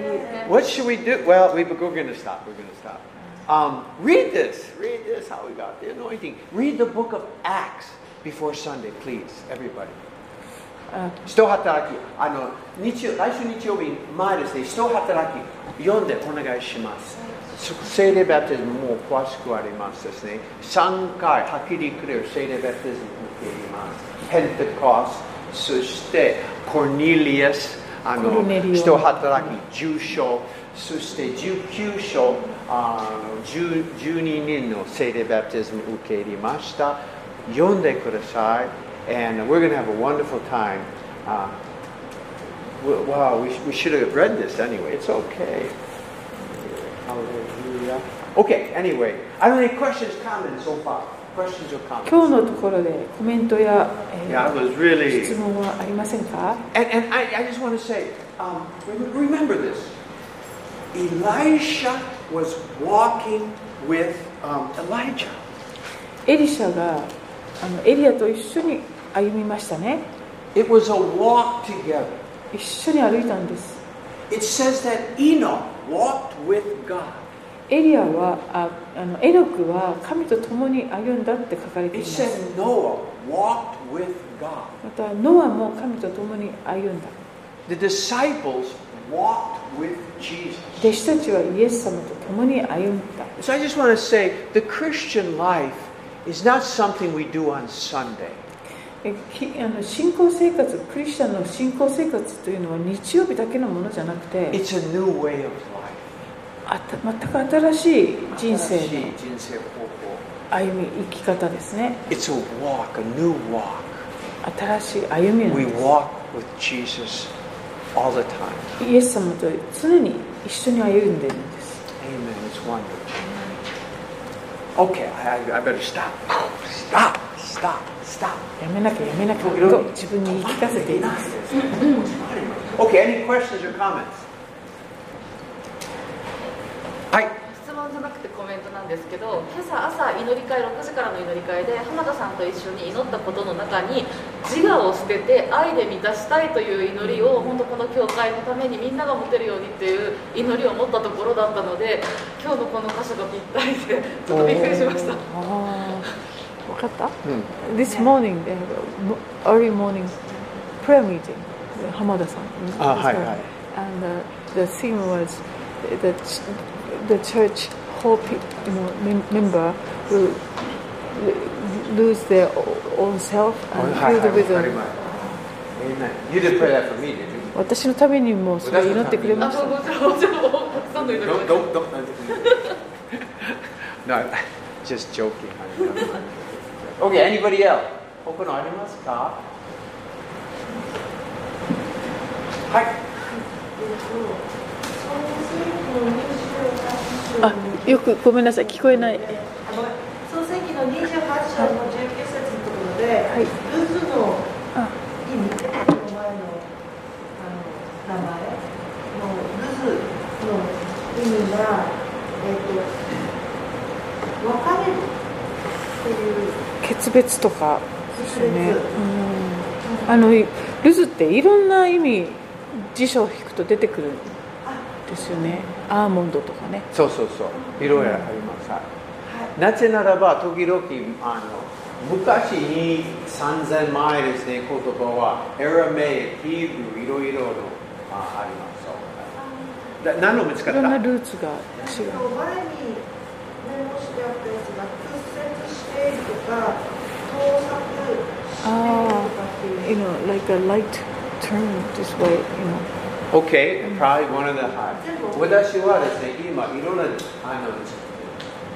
[SPEAKER 2] What should we do? Well, we, we're going to stop. We're going to stop. Um, read this. Read this. How we got the anointing. Read the book of Acts before Sunday, please, everybody.
[SPEAKER 1] あ
[SPEAKER 2] 人働きあの日曜来週日曜日前ですね人働き読んでお願いしますそ聖霊バプテスムもう詳しくありますですね3回はっきりくれる聖霊バプテスム受け入れますペンテコスそしてコニリアスあ
[SPEAKER 1] コ
[SPEAKER 2] の
[SPEAKER 1] ルネリオ
[SPEAKER 2] 人働き10章そして19章あの10 12人の聖霊バプテスム受け入れました読んでください and we're going to have a wonderful time、uh, w- wow we, we should have read this anyway it's okay hallelujah okay anyway I don't have any questions comments so far questions or
[SPEAKER 1] 今
[SPEAKER 2] comments
[SPEAKER 1] 日のところでコメントや、えー
[SPEAKER 2] yeah it was really
[SPEAKER 1] 質問はありませんか
[SPEAKER 2] And, and I, I just want to say, um, rem- remember this. Elisha was walking with um, Elijah.
[SPEAKER 1] エリシャがあのエリアと一緒に歩みましたね
[SPEAKER 2] It was a walk together.
[SPEAKER 1] 一緒に歩いたんです
[SPEAKER 2] It says that Enoch walked with God.
[SPEAKER 1] エリアはああのエロクは神と共に歩んだって書かれてい
[SPEAKER 2] It
[SPEAKER 1] ます
[SPEAKER 2] said Noah walked with God.
[SPEAKER 1] またノアも神と共に歩んだ
[SPEAKER 2] The disciples walked with Jesus.
[SPEAKER 1] 弟子たちはイエス様と共に歩んだ
[SPEAKER 2] So I just want to say the Christian life is not something we do on Sunday.
[SPEAKER 1] えきあの信仰生活クリスチャンの信仰生活というのは日曜日だけのものじゃなくて
[SPEAKER 2] It's a new way of life.
[SPEAKER 1] あた全く新しい人生の歩み生き方ですね
[SPEAKER 2] It's a walk, a new walk.
[SPEAKER 1] 新しい歩みなん
[SPEAKER 2] We
[SPEAKER 1] で
[SPEAKER 2] walk with Jesus all the time.
[SPEAKER 1] すイエス様と常に一緒に歩んでいるんです
[SPEAKER 2] Amen. It's wonderful. Okay, I, I- I better stop. Stop, stop, stop.
[SPEAKER 1] やめなきゃやめなきゃ
[SPEAKER 2] 時々
[SPEAKER 1] と自分に言い聞かせ ています
[SPEAKER 2] Okay, any questions or comments? Hi.
[SPEAKER 3] 質問じゃなくてコメントなんですけど今朝朝祈り会6時からの祈り会で浜田さんと一緒に祈ったことの中に自我を捨てて愛で満たしたいという祈りを本当この教会のためにみんなが持てるようにっていう祈りを持ったところだったので今日のこの箇所がぴったりでちょっとびっくりしました。
[SPEAKER 1] ああ分かった
[SPEAKER 2] Hmm.
[SPEAKER 1] This morning they have a mo- early morning prayer meeting 浜田さん
[SPEAKER 2] Ah, hi, hi.
[SPEAKER 1] And uh, the theme was the, ch- the church whole pe- you know, mem- member will lo- lose their o- own self
[SPEAKER 2] はい
[SPEAKER 1] and
[SPEAKER 2] はい
[SPEAKER 1] filled
[SPEAKER 2] わ
[SPEAKER 1] with
[SPEAKER 2] かり
[SPEAKER 1] them.
[SPEAKER 2] ました Amen. You did pray that for me, did you?
[SPEAKER 1] 私のためにもそれを祈ってくれまし
[SPEAKER 3] あ
[SPEAKER 1] た
[SPEAKER 3] も。ちろんもちろんたくさんの祈りを
[SPEAKER 2] Don't, don't, don't. no, just joking. okay, anybody else? 他のありますかはい。
[SPEAKER 1] あ、よくごめんなさい、聞こえない。
[SPEAKER 4] 創世紀の28章の19節のところで、
[SPEAKER 1] はい
[SPEAKER 4] ルズの
[SPEAKER 1] あ
[SPEAKER 4] 意味、この前のあの名前のルズの意味が、えっと別れるっていう
[SPEAKER 1] 決別とかですよね
[SPEAKER 4] 決別
[SPEAKER 1] うんあのルズっていろんな意味辞書を引くと出てくるんですよねアーモンドとかね
[SPEAKER 2] そうそうそう。いろいろあります。はい、なぜならば、時々、あの、昔に3000前ですね、言葉は、エラメイ、ヒーブル、いろいろのああります。そうだ何の見つか
[SPEAKER 1] い
[SPEAKER 2] っ
[SPEAKER 1] ろんな
[SPEAKER 2] た
[SPEAKER 1] ルーツが違
[SPEAKER 4] なん
[SPEAKER 1] う
[SPEAKER 4] か前にメモしてあったやつが屈折しているとか盗作しているとかっていう。
[SPEAKER 1] You know, like a light turn this way, you know.
[SPEAKER 2] Okay, probably one of the high.
[SPEAKER 4] 全部
[SPEAKER 2] 私はですね、今いろんなあの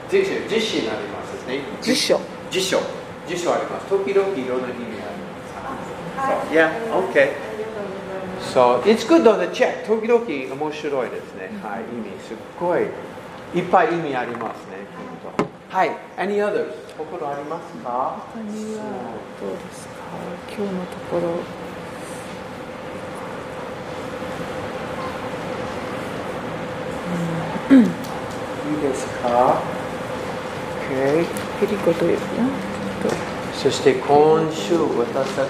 [SPEAKER 2] 辞書辞書になりますですね。
[SPEAKER 1] 辞書。
[SPEAKER 2] 辞書辞書あります。時々いろんな意味があります。
[SPEAKER 4] はい
[SPEAKER 2] Yeah, okay.
[SPEAKER 4] ありがとうございます。
[SPEAKER 2] So it's good on the check. 時々面白いですね。はい、意味すっごいいっぱい意味ありますね。本当はい。Any others? 心ありますか？
[SPEAKER 1] 他にはどうですか今日のところ。
[SPEAKER 2] いいですか？Okay.
[SPEAKER 1] ヘリコというかな。きっと
[SPEAKER 2] そして今週私たち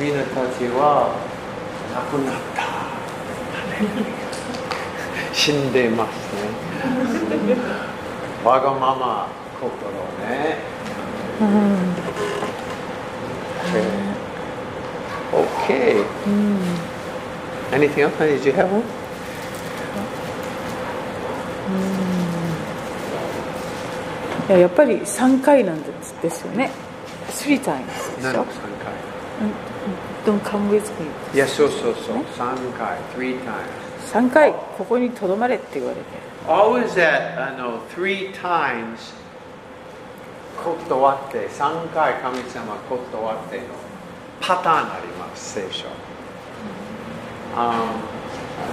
[SPEAKER 2] みんなたちは亡くなったハレルヤ死んでいますねわがまま心ね、
[SPEAKER 1] うん。
[SPEAKER 2] Okay.
[SPEAKER 1] うん
[SPEAKER 2] Anything else? Did you have one?
[SPEAKER 1] いややっぱり3回なんですですよね。3 times でしょ。
[SPEAKER 2] 3回
[SPEAKER 1] Don't come with me.
[SPEAKER 2] いやそうそうそう3回3 times
[SPEAKER 1] 3回ここにとどまれって言われて
[SPEAKER 2] always at I know three times 断って3回神様断ってのパターンあります聖書、あ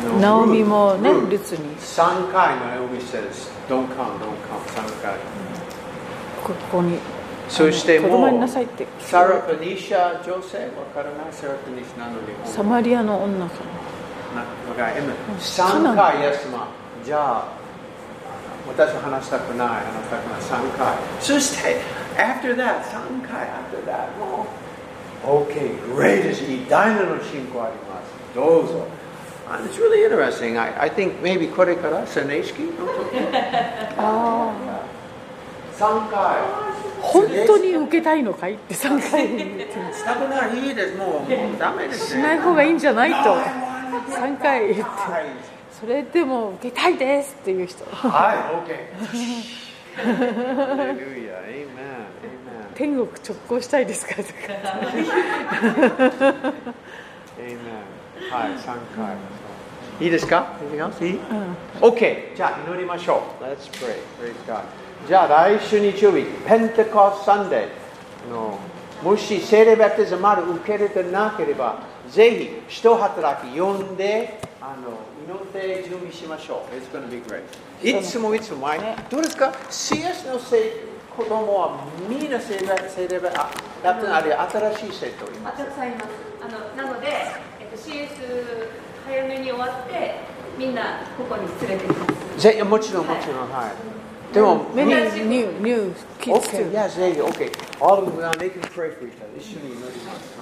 [SPEAKER 2] の
[SPEAKER 1] ナオミもね
[SPEAKER 2] ルー
[SPEAKER 1] ルツに
[SPEAKER 2] 3回ナオミ says don't come don't come 3回、
[SPEAKER 1] ここに
[SPEAKER 2] そして
[SPEAKER 1] あの
[SPEAKER 2] もう
[SPEAKER 1] とどまりなさいって
[SPEAKER 2] サラパニシャ女性わからないサラパニシャなのに
[SPEAKER 1] サマリアの女か
[SPEAKER 2] なわかる
[SPEAKER 1] ん
[SPEAKER 2] 3回イエスマンじゃあ私は話したくない話したくない3回そして after that 3回 after that もう OK great is he 第7の信仰ありますどうぞ And it's really interesting I, I think maybe これからセネ式の時
[SPEAKER 1] なあ
[SPEAKER 2] 3回
[SPEAKER 1] あ本当に受けたいのかいって3回
[SPEAKER 2] したくないいいですもうもうダメです
[SPEAKER 1] し
[SPEAKER 2] ね
[SPEAKER 1] ない方がいいんじゃないと
[SPEAKER 2] No, I want it.
[SPEAKER 1] 3回言って
[SPEAKER 2] はい
[SPEAKER 1] それでも受けたいですっていう人
[SPEAKER 2] はい、OK。ハレルヤ、エイメン、エイ
[SPEAKER 1] 天国直行したいですかとか
[SPEAKER 2] メン、エイメン。はい、三回。いいですか ?Anything else? いい ?OK。じゃあ祈りましょう。Let's pray. Praise God. じゃあ来週日曜日、ペンテコスサンデーの、もし聖霊バプテスマを受け入れてなければ、ぜひ、人働き呼んで、あの、祈って準備しましょう。It's gonna be great. いつもいつも前に
[SPEAKER 1] ね、
[SPEAKER 2] どうですか ?CS のせい子供はみんな聖霊聖霊バプテスマ、ああれ、新しい生徒い
[SPEAKER 5] あ
[SPEAKER 2] ます
[SPEAKER 5] た。くさんいますあのなので、えっと、CS 早めに終わってみんなここに連れてきます
[SPEAKER 2] ぜもちろんもちろんはい。でも、
[SPEAKER 1] many
[SPEAKER 2] み
[SPEAKER 1] new new kids
[SPEAKER 2] Okay, yes, there you go. Okay. All of them, they can pray for each other. It should be really nice.